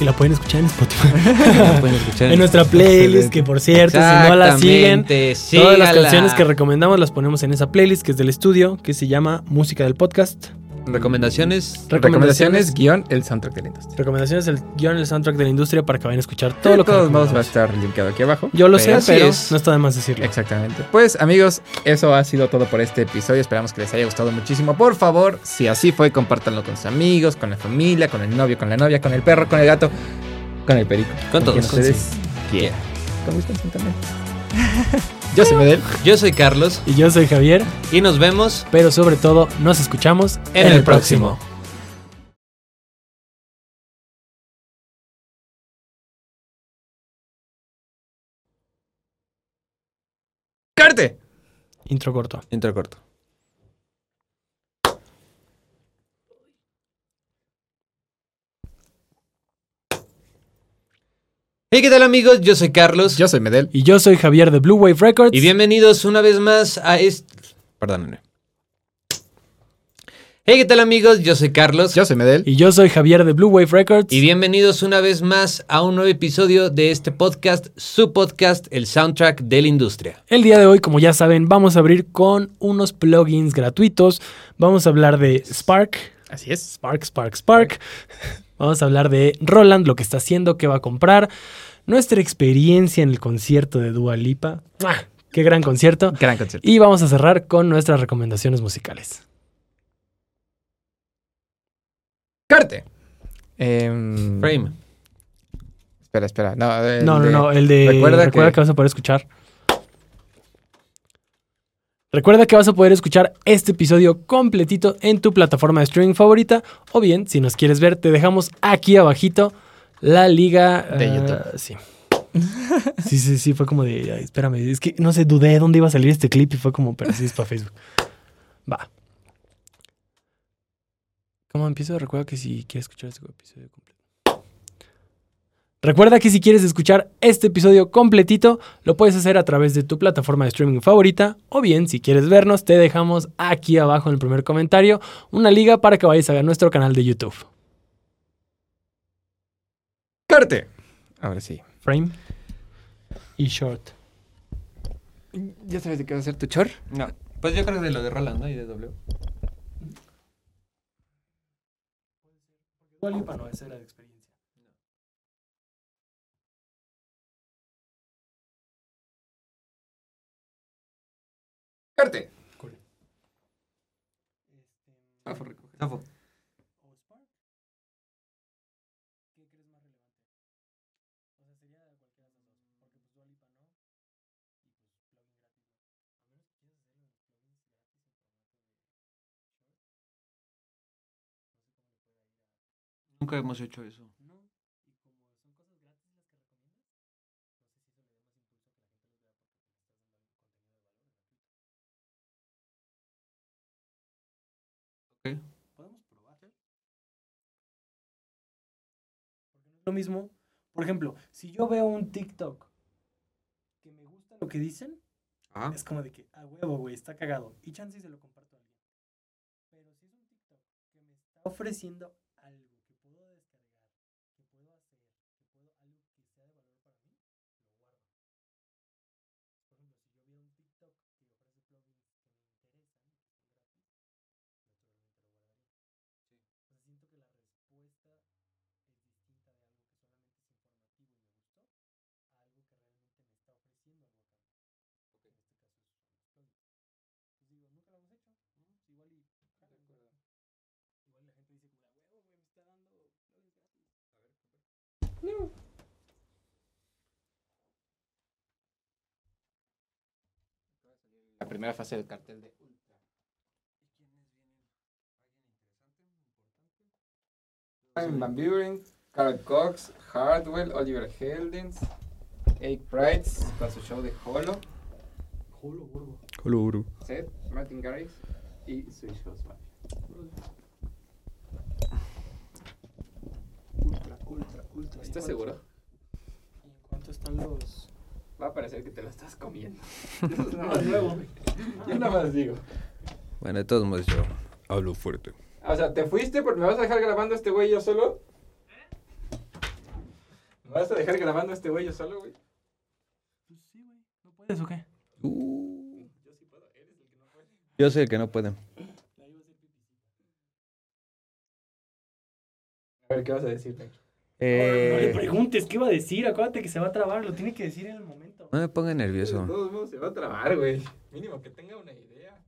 Speaker 3: Y la pueden escuchar en Spotify.
Speaker 1: la pueden escuchar
Speaker 3: en nuestra playlist, que por cierto, si no la siguen,
Speaker 1: Exactamente,
Speaker 3: todas las
Speaker 1: síganla.
Speaker 3: canciones que recomendamos las ponemos en esa playlist que es del estudio, que se llama Música del Podcast.
Speaker 1: Recomendaciones.
Speaker 2: Recomendaciones, guión, el soundtrack de la industria.
Speaker 3: Recomendaciones del guión, el soundtrack de la industria para que vayan a escuchar todo
Speaker 2: Todo
Speaker 3: lo
Speaker 2: de
Speaker 3: que
Speaker 2: todos modos va a
Speaker 3: recomendamos.
Speaker 2: estar linkado aquí abajo.
Speaker 3: Yo lo sé,
Speaker 1: Así
Speaker 3: pero
Speaker 1: es.
Speaker 3: no está de más decirlo.
Speaker 2: Exactamente. Pues amigos, eso ha sido todo por este episodio. Esperamos que les haya gustado muchísimo. Por favor, si así fue, compártanlo con sus amigos, con la familia, con el novio, con la novia, con el perro, con el gato, con el perico.
Speaker 1: Con todos,
Speaker 2: quien
Speaker 1: con
Speaker 2: ustedes quieran. Con Wisconsin también. Yo soy Medel.
Speaker 1: Yo soy Carlos
Speaker 3: Y yo soy Javier.
Speaker 1: y nos vemos
Speaker 3: pero sobre todo nos escuchamos
Speaker 1: en el próximo.
Speaker 2: ¡Carte!
Speaker 3: Intro corto.
Speaker 1: Intro corto. Hey, ¿qué tal amigos? Yo soy Carlos.
Speaker 2: Yo soy Medel.
Speaker 3: Y yo soy Javier de Blue Wave Records.
Speaker 1: Y bienvenidos una vez más a este... Perdónenme. Hey, ¿qué tal amigos? Yo soy Carlos.
Speaker 2: Yo soy Medel.
Speaker 3: Y yo soy Javier de Blue Wave Records.
Speaker 1: Y bienvenidos una vez más a un nuevo episodio de este podcast, su podcast, el soundtrack de la industria.
Speaker 3: el día de hoy, como ya saben, vamos a abrir con unos plugins gratuitos. Vamos a hablar de Spark,
Speaker 2: Así es.
Speaker 3: Spark, Spark, Spark. Vamos a hablar de Roland, lo que está haciendo, qué va a comprar. nuestra experiencia en el concierto de Dua Lipa. ¡Mua! ¡Qué gran concierto!
Speaker 2: Gran concierto.
Speaker 3: Y vamos a cerrar con nuestras recomendaciones musicales.
Speaker 2: Carte. Em, Mm.
Speaker 1: Frame.
Speaker 2: Espera, espera. No, el
Speaker 3: no, no,
Speaker 2: de-
Speaker 3: no, el de...
Speaker 2: Recuerda
Speaker 3: Recuerda,
Speaker 2: que-
Speaker 3: que... vas a poder escuchar. Recuerda que vas a poder escuchar este episodio completito en tu plataforma de streaming favorita. O bien, si nos quieres ver, te dejamos aquí abajito la liga...
Speaker 2: De
Speaker 3: eh,
Speaker 2: YouTube.
Speaker 3: sí. sí, sí, sí, fue como de... "Ay, espérame, es que no sé, dudé dónde iba a salir este clip y fue como, pero sí, es para Facebook. Va. ¿Cómo empiezo? Recuerda que si quieres escuchar este episodio completo. Recuerda que si quieres escuchar este episodio completito, lo puedes hacer a través de tu plataforma de streaming favorita o bien si quieres vernos, te dejamos aquí abajo en el primer comentario una liga para que vayas a ver nuestro canal de YouTube.
Speaker 2: Carte. Ahora sí.
Speaker 3: Frame y short.
Speaker 2: ¿Ya sabes de qué va a ser tu chor?
Speaker 1: No. Pues yo creo que de lo de Roland, ¿no? Y de W.
Speaker 2: Carte.
Speaker 1: Nunca hemos hecho eso.
Speaker 3: Lo mismo, por ejemplo, si yo veo un TikTok que me gusta lo que dicen,
Speaker 1: Ah.
Speaker 3: Es como de que, a huevo, güey, está cagado. Y chance y se lo comparto a alguien. Pero si es un TikTok que me está ofreciendo algo que puedo descargar, que puedo hacer, que puedo algo que sea de valor para mí, lo guardo. Por ejemplo, si yo veo un TikTok que ofrece plugins que me interesan, que son gratis, naturalmente lo guardaré. O sea, siento que la respuesta es distinta de algo que solamente es informativo y me gustó, a algo que a lo mejor me puede
Speaker 2: La primera fase del cartel de Ultra. Ryan Van Buren, Carl Cox, Hardwell, Oliver Heldens, Eric Price con su show de Holo, Seth, Martin Garrix y Switch House Mafia.
Speaker 3: Ultra, ultra, ultra.
Speaker 2: ¿Estás seguro?
Speaker 3: ¿Y en Este, cuánto están los...?
Speaker 2: Va a parecer que te lo estás comiendo. nada más nuevo. Yo nada más digo.
Speaker 1: Bueno, de todos modos yo hablo fuerte.
Speaker 2: O sea, ¿te fuiste? porque ¿Me vas a dejar grabando este güey yo solo? ¿Eh? ¿Me vas a dejar grabando este güey yo solo, güey?
Speaker 3: Sí, güey. ¿No puedes o qué?
Speaker 1: Uh. Yo sé que no puede.
Speaker 2: A ver, ¿qué vas a decir, Peque?
Speaker 3: No le
Speaker 1: Eh,
Speaker 3: preguntes qué va a decir, acuérdate que se va a trabar, lo tiene que decir en el momento.
Speaker 1: no me ponga
Speaker 2: De
Speaker 1: nervioso.
Speaker 2: todos modos se va a trabar, güey. Mínimo que tenga una idea.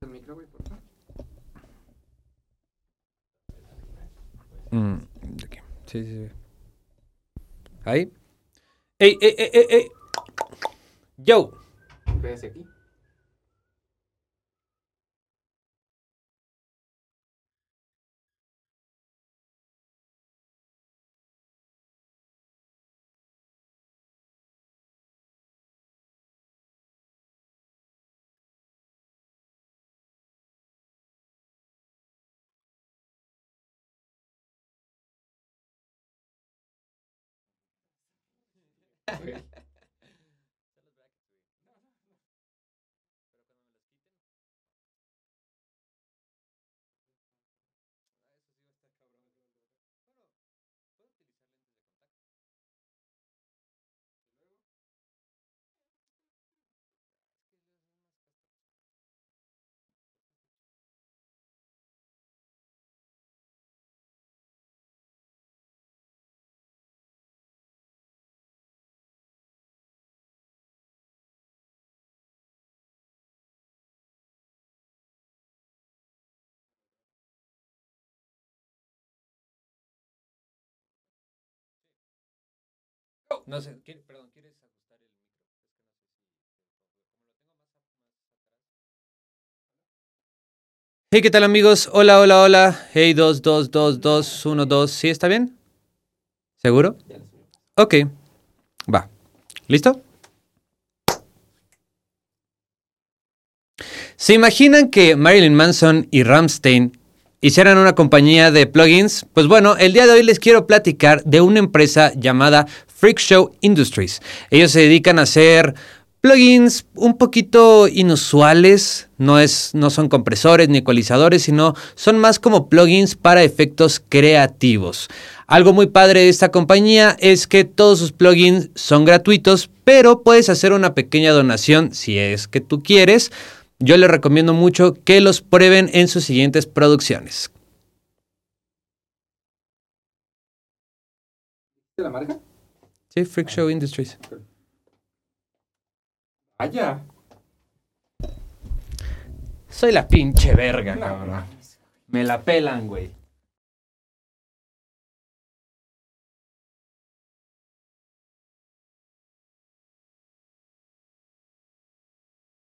Speaker 2: El micro, güey, por favor.
Speaker 1: Mm, de aquí. Sí, sí, sí. Ahí. ¡Ey, ey, ey, ey, ey! ¡Yo!
Speaker 2: Ve hacia aquí.
Speaker 1: No sé, ¿quiere- perdón, ¿quieres ajustar el micro? Es que no sé si... Hey, ¿qué tal amigos? Hola, hola, hola. Hey, 2, 2, 2, 2, 1, 2. ¿Sí está bien? ¿Seguro? Ok. Va. ¿Listo? ¿Se imaginan que Marilyn Manson y Rammstein hicieran una compañía de plugins? Pues bueno, el día de hoy les quiero platicar de una empresa llamada Freak Show Industries. Ellos se dedican a hacer plugins un poquito inusuales, no, es, no son compresores ni ecualizadores, sino son más como plugins para efectos creativos. Algo muy padre de esta compañía es que todos sus plugins son gratuitos, pero puedes hacer una pequeña donación si es que tú quieres. Yo les recomiendo mucho que los prueben en sus siguientes producciones.
Speaker 2: ¿De la marca?
Speaker 1: Sí, Freak Show Industries.
Speaker 2: Allá.
Speaker 1: Soy la pinche verga, cabrón. Me la pelan, güey.